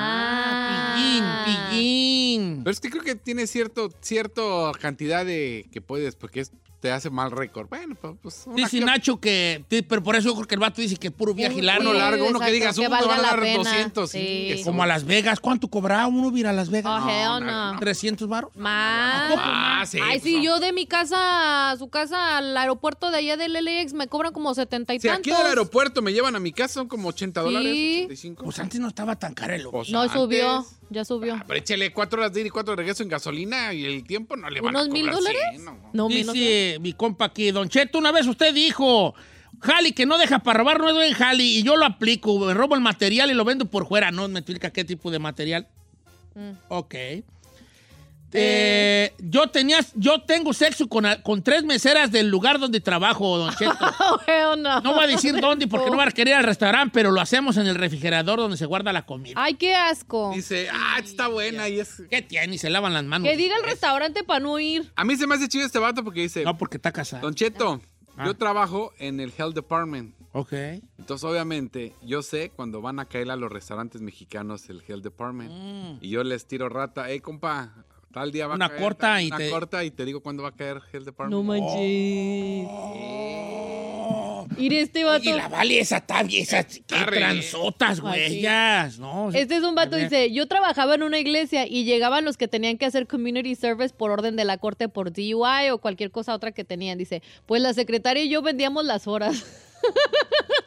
Speaker 3: Ah.
Speaker 2: pillín, pillín.
Speaker 6: Pero es que creo que tiene cierto, cierto cantidad de que puedes, porque es- te hace mal récord. Bueno, pues, pues una
Speaker 2: Dice
Speaker 6: que-
Speaker 2: Nacho que, sí, pero por eso yo creo que el vato dice que puro viaje
Speaker 3: Uy,
Speaker 2: largo.
Speaker 6: uno largo, uno
Speaker 3: exacto,
Speaker 6: que digas,
Speaker 3: que
Speaker 6: uno te
Speaker 3: valga
Speaker 6: van a
Speaker 3: la
Speaker 6: dar
Speaker 3: pena.
Speaker 6: 200. sí,
Speaker 3: Sí.
Speaker 6: que son-
Speaker 2: Como a Las Vegas, ¿cuánto cobraba uno ir a Las Vegas?
Speaker 3: Oh, hell no.
Speaker 2: ¿300 baros?
Speaker 3: Más.
Speaker 6: Ah, sí,
Speaker 3: Ay,
Speaker 6: pues,
Speaker 3: sí,
Speaker 6: no.
Speaker 3: yo de mi casa a su casa al aeropuerto de allá del LAX me cobran como setenta y
Speaker 6: Si aquí
Speaker 3: tantos.
Speaker 6: del aeropuerto me llevan a mi casa, son como 80 dólares,
Speaker 3: Sí.
Speaker 6: 85.
Speaker 2: Pues antes no estaba tan caro el Uber.
Speaker 6: Pues
Speaker 3: No,
Speaker 6: antes-
Speaker 3: subió, ya subió.
Speaker 6: Ah, pero échale cuatro horas de ir y cuatro de regreso en gasolina y el tiempo no le van a
Speaker 3: ¿Unos mil
Speaker 6: cobrar
Speaker 3: dólares?
Speaker 6: cien, no.
Speaker 3: No, mil dólares.
Speaker 2: Dice eh, mi compa aquí, Don Cheto, una vez usted dijo, Jali que no deja para robar, no es buen Jali, y yo lo aplico, me robo el material y lo vendo por fuera. No me explica qué tipo de material.
Speaker 3: Mm.
Speaker 2: Ok. Eh, yo tenía, yo tengo sexo con, con tres meseras del lugar donde trabajo, Don Cheto.
Speaker 3: Oh, hell no.
Speaker 2: No voy a decir dónde porque
Speaker 3: Oh.
Speaker 2: no va a querer ir al restaurante, pero lo hacemos en el refrigerador donde se guarda la comida.
Speaker 3: Ay, qué asco.
Speaker 6: Dice, ah, esta está buena y es...
Speaker 2: ¿Qué tiene? Y se lavan las manos.
Speaker 3: Que diga el restaurante para no ir.
Speaker 6: A mí se me hace chido este vato porque dice,
Speaker 2: No, porque está casado.
Speaker 6: Don Cheto,
Speaker 2: Ah.
Speaker 6: yo trabajo en el Health Department.
Speaker 2: Ok.
Speaker 6: Entonces, obviamente, yo sé cuando van a caer a los restaurantes mexicanos el Health Department.
Speaker 3: Mm.
Speaker 6: Y yo les tiro rata. Hey, compa, tal día va
Speaker 2: Una
Speaker 6: a caer.
Speaker 2: corta
Speaker 6: tal-
Speaker 2: y
Speaker 6: una
Speaker 2: te-
Speaker 6: corta y te digo cuándo va a caer Health
Speaker 3: No
Speaker 6: Department.
Speaker 3: manches. Ir este vato.
Speaker 2: Y la vale esa tabla, esas qué
Speaker 6: Arre.
Speaker 2: tranzotas,
Speaker 3: Así.
Speaker 2: huellas, ¿no?
Speaker 3: Este es un vato, dice, yo trabajaba en una iglesia y llegaban los que tenían que hacer community service por orden de la corte por DUI o cualquier cosa otra que tenían. Dice, pues la secretaria y yo vendíamos las horas.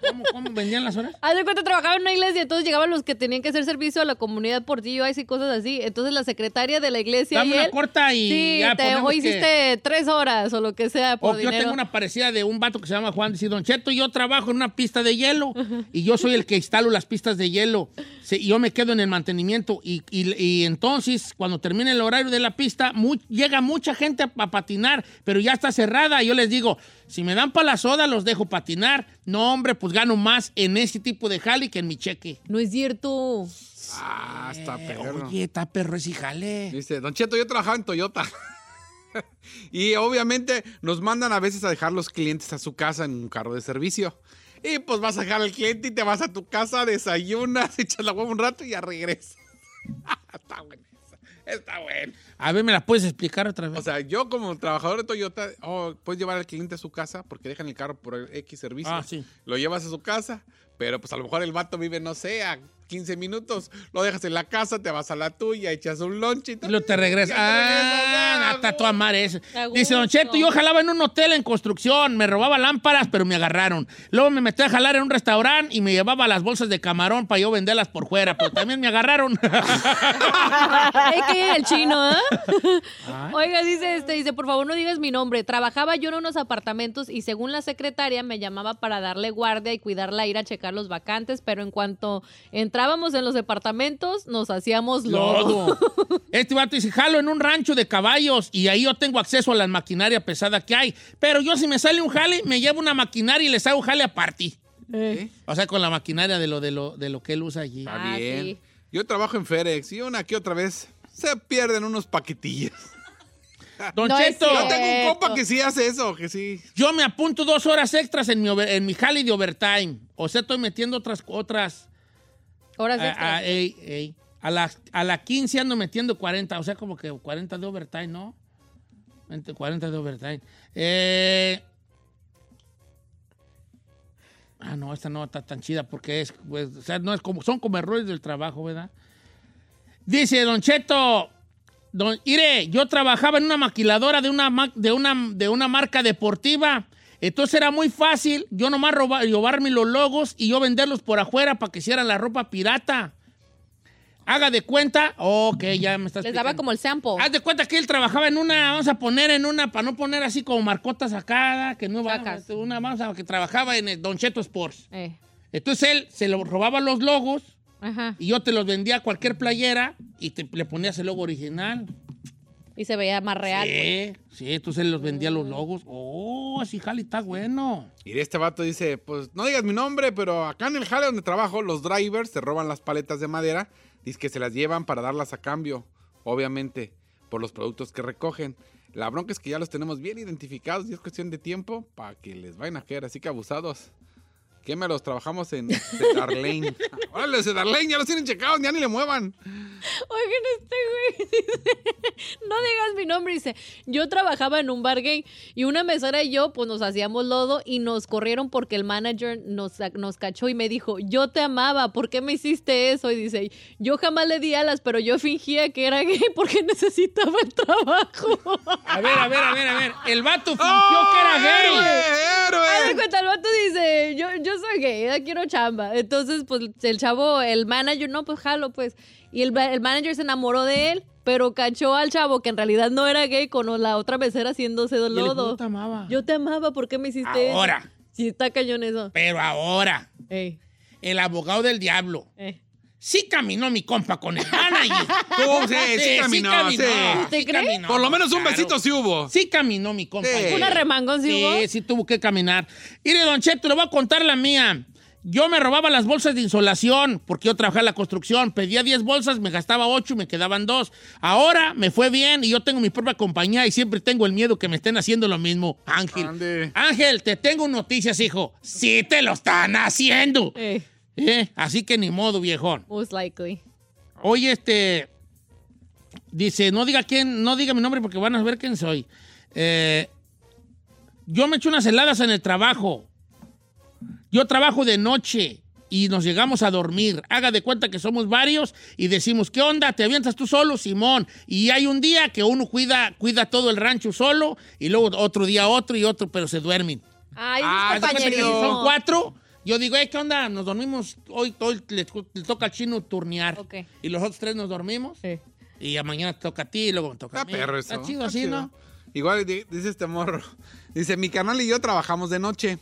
Speaker 2: ¿Cómo, cómo vendían las horas?
Speaker 3: Haz de cuenta, trabajaba en una iglesia, entonces llegaban los que tenían que hacer servicio a la comunidad por DUI y cosas así. Entonces la secretaria de la iglesia
Speaker 2: Dame
Speaker 3: y
Speaker 2: una
Speaker 3: él,
Speaker 2: corta y
Speaker 3: sí,
Speaker 2: ya
Speaker 3: te,
Speaker 2: ponemos
Speaker 3: hoy
Speaker 2: que-
Speaker 3: hiciste tres horas o lo que sea por
Speaker 2: O que yo
Speaker 3: dinero.
Speaker 2: tengo una parecida de un vato que se llama Juan, dice, Don Cheto, yo trabajo en una pista de hielo y yo soy el que instalo las pistas de hielo. Sí, y yo me quedo en el mantenimiento y, y- y entonces cuando termine el horario de la pista, mu- llega mucha gente a, a patinar, pero ya está cerrada. Yo les digo, si me dan para la soda, los dejo patinar. No, hombre, pues gano más en ese tipo de jali que en mi cheque.
Speaker 3: No es cierto.
Speaker 6: Ah, está
Speaker 2: Eh,
Speaker 6: perro.
Speaker 2: Oye, está perro ese jale.
Speaker 6: Dice, Don Cheto, yo trabajaba en Toyota. y obviamente nos mandan a veces a dejar los clientes a su casa en un carro de servicio. Y pues vas a dejar al cliente y te vas a tu casa, desayunas, echas la hueva un rato y ya regresas. está bueno. Está bueno.
Speaker 2: A ver, ¿me la puedes explicar otra vez?
Speaker 6: O sea, yo como trabajador de Toyota, oh, puedes llevar al cliente a su casa porque dejan el carro por X servicio.
Speaker 2: Ah, sí.
Speaker 6: Lo llevas a su casa, pero pues a lo mejor el vato vive, no sé, a 15 minutos. Lo dejas en la casa, te vas a la tuya, echas un lunch y
Speaker 2: Y
Speaker 6: todo.
Speaker 2: lo te regresa. Ah, está toda madre eso.
Speaker 3: A gusto.
Speaker 2: Dice Don Cheto, yo jalaba en un hotel en construcción, me robaba lámparas, pero me agarraron. Luego me metí a jalar en un restaurante y me llevaba las bolsas de camarón para yo venderlas por fuera, pero también me agarraron.
Speaker 3: Es que el chino, ¿eh? Oiga, dice este, dice, por favor no digas mi nombre. Trabajaba yo en unos apartamentos y según la secretaria me llamaba para darle guardia y cuidarla, ir a checar los vacantes, pero en cuanto entraba entrábamos en los departamentos, nos hacíamos lodo.
Speaker 2: Lodo. Este vato dice, jalo en un rancho de caballos y ahí yo tengo acceso a la maquinaria pesada que hay. Pero yo si me sale un jale, me llevo una maquinaria y les hago jale a party.
Speaker 3: Eh.
Speaker 2: O sea, con la maquinaria de lo, de lo, de lo que él usa allí.
Speaker 3: Ah,
Speaker 6: Está bien.
Speaker 3: sí.
Speaker 6: Yo trabajo en Ferex y una que otra vez se pierden unos paquetillos.
Speaker 2: Don
Speaker 3: No es
Speaker 2: Cheto,
Speaker 6: Yo tengo un
Speaker 3: Cierto.
Speaker 6: compa que sí hace eso, que sí.
Speaker 2: yo me apunto dos horas extras en mi, over- en mi jale de overtime. O sea, estoy metiendo otras... otras
Speaker 3: Horas
Speaker 2: a, a-
Speaker 3: extras.
Speaker 2: ey, ey. A la, a la 15 ando metiendo 40, o sea, como que 40 de overtime, ¿no? Entre 40 de overtime. Eh, ah, no, esta no está tan chida porque es, pues, o sea, no es como, son como errores del trabajo, ¿verdad? Dice Don Cheto, Don, mire, yo trabajaba en una maquiladora de una, ma- de una, de una marca deportiva. Entonces era muy fácil yo nomás roba- robarme los logos y yo venderlos por afuera para que hicieran la ropa pirata. Haga de cuenta. Ok, ya me estás
Speaker 3: Les daba como el sample.
Speaker 2: Haz de cuenta que él trabajaba en una, vamos a poner en una, para no poner así como marcota sacada, que no va,
Speaker 3: Sacas.
Speaker 2: una vamos a- que trabajaba en el Don Cheto Sports.
Speaker 3: Eh,
Speaker 2: Entonces él se lo robaba los logos
Speaker 3: Ajá.
Speaker 2: y yo te los vendía a cualquier playera y te, le ponías el logo original.
Speaker 3: Y se veía más real.
Speaker 2: Sí, sí, entonces él los vendía los logos. Oh, así Jali está bueno.
Speaker 6: Y este vato dice, pues no digas mi nombre, pero acá en el jale donde trabajo, los drivers se roban las paletas de madera, dice que se las llevan para darlas a cambio, obviamente, por los productos que recogen. La bronca es que ya los tenemos bien identificados y es cuestión de tiempo para que les vayan a caer, así que abusados. Que me los trabajamos en Cedarlane. Órale, Cedarlane, ya los tienen checados, ya ni le muevan.
Speaker 3: Oigan, este güey dice, no digas mi nombre, dice, yo trabajaba en un bar gay y una mesera y yo pues nos hacíamos lodo y nos corrieron porque el manager nos, nos cachó y me dijo, yo te amaba, ¿por qué me hiciste eso? Y dice, yo jamás le di alas, pero yo fingía que era gay porque necesitaba el trabajo.
Speaker 2: A ver, a ver, a ver, a ver. El vato fingió que era gay.
Speaker 6: ¡Héroe,
Speaker 3: Haz de
Speaker 6: héroe!
Speaker 3: cuenta, el vato dice, yo, yo soy gay, ya quiero chamba. Entonces, pues, el chavo, el manager, no, pues, jalo, pues. Y el, ba- el manager se enamoró de él, pero cachó al chavo, que en realidad no era gay, con la otra mesera haciéndose de
Speaker 2: Y le dijo, "Yo
Speaker 3: lodo.
Speaker 2: te amaba".
Speaker 3: Yo te amaba, ¿por qué me hiciste eso?
Speaker 2: Ahora.
Speaker 3: Sí, está cañón eso.
Speaker 2: Pero ahora,
Speaker 3: Ey,
Speaker 2: el abogado del diablo.
Speaker 3: ey.
Speaker 2: Sí caminó mi compa con el manager.
Speaker 6: Tú, sí, sí caminó, sí.
Speaker 3: ¿Te crees?
Speaker 6: Por lo menos un
Speaker 2: claro.
Speaker 6: besito sí hubo.
Speaker 2: Sí caminó mi compa.
Speaker 6: Sí.
Speaker 3: Una remangón, ¿sí, hubo?
Speaker 2: Sí, sí tuvo que caminar. Mire, Don Cheto, le voy a contar la mía. Yo me robaba las bolsas de insolación porque yo trabajaba en la construcción. Pedía 10 bolsas, me gastaba 8 y me quedaban 2. Ahora me fue bien y yo tengo mi propia compañía y siempre tengo el miedo que me estén haciendo lo mismo, Ángel.
Speaker 6: Ande.
Speaker 2: Ángel, te tengo noticias, hijo. Sí te lo están haciendo.
Speaker 3: Ey,
Speaker 2: Eh, Así que ni modo, viejón.
Speaker 3: most likely.
Speaker 2: Oye, este. Dice, no diga quién, no diga mi nombre porque van a ver quién soy. Eh, yo me echo unas heladas en el trabajo. Yo trabajo de noche y nos llegamos a dormir. Haga de cuenta que somos varios y decimos, ¿qué onda? ¿Te avientas tú solo, Simón? Y hay un día que uno cuida, cuida todo el rancho solo y luego otro día otro y otro, pero se duermen.
Speaker 3: Ay,
Speaker 6: Ah,
Speaker 3: es
Speaker 6: eso me
Speaker 2: Si
Speaker 6: Pero-
Speaker 2: son
Speaker 3: compañerismo.
Speaker 2: cuatro, yo digo, "Ey, ¿qué onda? Nos dormimos, hoy, hoy le, to- le toca al chino turnear.
Speaker 3: Ok.
Speaker 2: Y los otros tres nos dormimos.
Speaker 3: Eh.
Speaker 2: Y a mañana te toca a ti y luego me toca a
Speaker 6: Está
Speaker 2: mí.
Speaker 6: perro eso.
Speaker 2: Está chido así, ¿no?
Speaker 6: Igual di- dice este morro. Dice, mi canal y yo trabajamos de noche.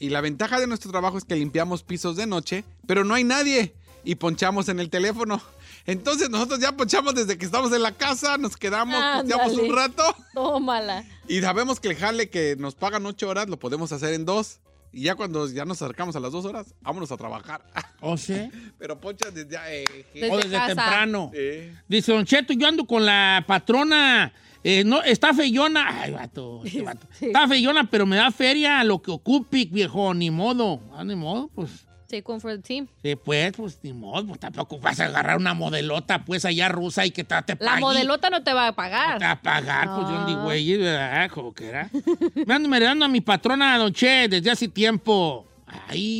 Speaker 6: Y la ventaja de nuestro trabajo es que limpiamos pisos de noche, pero no hay nadie. Y ponchamos en el teléfono. Entonces nosotros ya ponchamos desde que estamos en la casa, nos quedamos, ponchamos
Speaker 3: Ándale.
Speaker 6: un rato.
Speaker 3: Tómala.
Speaker 6: Y sabemos que el jale que nos pagan ocho horas lo podemos hacer en dos. Y ya cuando ya nos acercamos a las dos horas, vámonos a trabajar.
Speaker 2: O sea,
Speaker 6: pero ponchas desde... ya, eh, je-
Speaker 3: Desde
Speaker 2: o desde
Speaker 3: casa.
Speaker 2: temprano.
Speaker 6: eh.
Speaker 2: Dice, Don Cheto, yo ando con la patrona. eh, no, está feyona. Ay, vato, este vato. Está feyona, pero me da feria lo que ocupe, viejo. Ni modo. Ah, ni modo, pues.
Speaker 3: Take one for the team.
Speaker 2: Sí, pues, pues, ni modo. Pues tampoco vas a agarrar una modelota, pues, allá rusa y que te, te
Speaker 3: La
Speaker 2: pague.
Speaker 3: modelota no te va a pagar.
Speaker 2: A pagar, pues yo
Speaker 3: No.
Speaker 2: ni güey, ¿verdad? Como que era. Me ando meredando a mi patrona, Don Che, desde hace tiempo.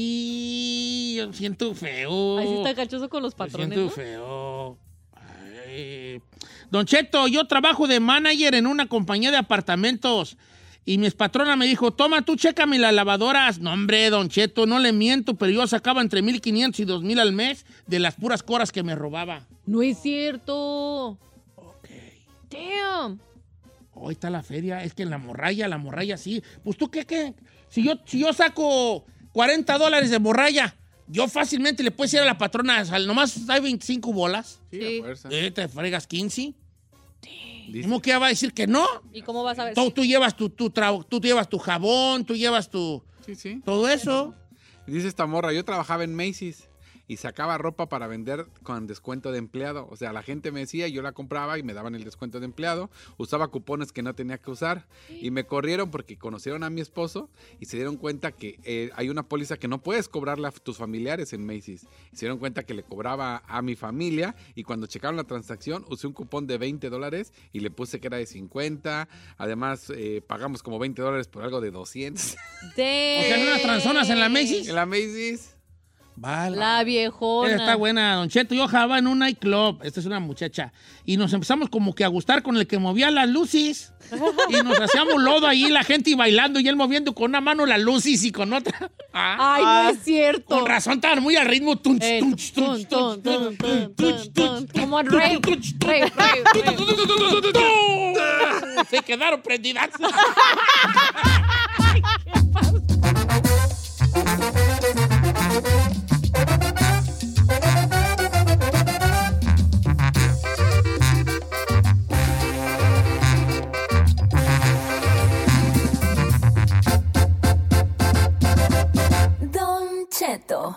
Speaker 2: Ay, yo siento feo.
Speaker 3: Ay, sí está cachoso con los
Speaker 2: Yo
Speaker 3: patrones,
Speaker 2: siento
Speaker 3: ¿no?
Speaker 2: feo. Ay. Don Cheto, yo trabajo de manager en una compañía de apartamentos. Y mi patrona me dijo, toma, tú chécame las lavadoras. No, hombre, Don Cheto, no le miento, pero yo sacaba entre 1.500 y 2.000 al mes de las puras coras que me robaba.
Speaker 3: No es cierto.
Speaker 2: Ok.
Speaker 3: Damn.
Speaker 2: Hoy Oh, está la feria, es que en la morralla, la morralla sí. Pues tú qué, qué? Si yo, si yo saco 40 dólares de morralla, Yo fácilmente le puedo decir a la patrona, al- nomás hay 25 bolas,
Speaker 6: Sí,
Speaker 3: Sí.
Speaker 6: a fuerza.
Speaker 2: eh, te fregas 15.
Speaker 6: Dice-
Speaker 2: ¿Cómo que ella va a decir que no?
Speaker 3: ¿Y cómo vas a ver?
Speaker 2: Tú, tú llevas tu, tu tra- tú llevas tu jabón, tú llevas tu...
Speaker 6: Sí, sí.
Speaker 2: Todo eso.
Speaker 6: Dice esta morra, yo trabajaba en Macy's y sacaba ropa para vender con descuento de empleado. O sea, la gente me decía, yo la compraba y me daban el descuento de empleado. Usaba cupones que no tenía que usar. Y me corrieron porque conocieron a mi esposo y se dieron cuenta que eh, hay una póliza que no puedes cobrarle a tus familiares en Macy's. Se dieron cuenta que le cobraba a mi familia y cuando checaron la transacción usé un cupón de 20 dólares y le puse que era de 50. Además, eh, pagamos como 20 dólares por algo de 200.
Speaker 3: De...
Speaker 2: O sea, ¿no las tranzonas en la Macy's?
Speaker 6: en la Macy's...
Speaker 2: Vale.
Speaker 3: La viejona.
Speaker 2: Esa Está buena, Don Cheto. Yo jugaba en un nightclub. Esta es una muchacha. Y nos empezamos como que a gustar con el que movía las luces. Y nos hacíamos lodo ahí, la gente y bailando y él moviendo con una mano las luces y con otra. Ah,
Speaker 3: Ay, no es cierto.
Speaker 2: con razón estaban muy al ritmo. Tunch,
Speaker 3: Eh,
Speaker 2: tunch,
Speaker 3: tun,
Speaker 2: tunch,
Speaker 3: tun,
Speaker 2: tunch,
Speaker 3: tun,
Speaker 2: tunch, tunch,
Speaker 3: tun, tun,
Speaker 2: tunch,
Speaker 3: tun.
Speaker 2: tunch.
Speaker 3: Como rave, rave, rave, rave.
Speaker 2: Se quedaron prendidas.
Speaker 7: Don Cheto.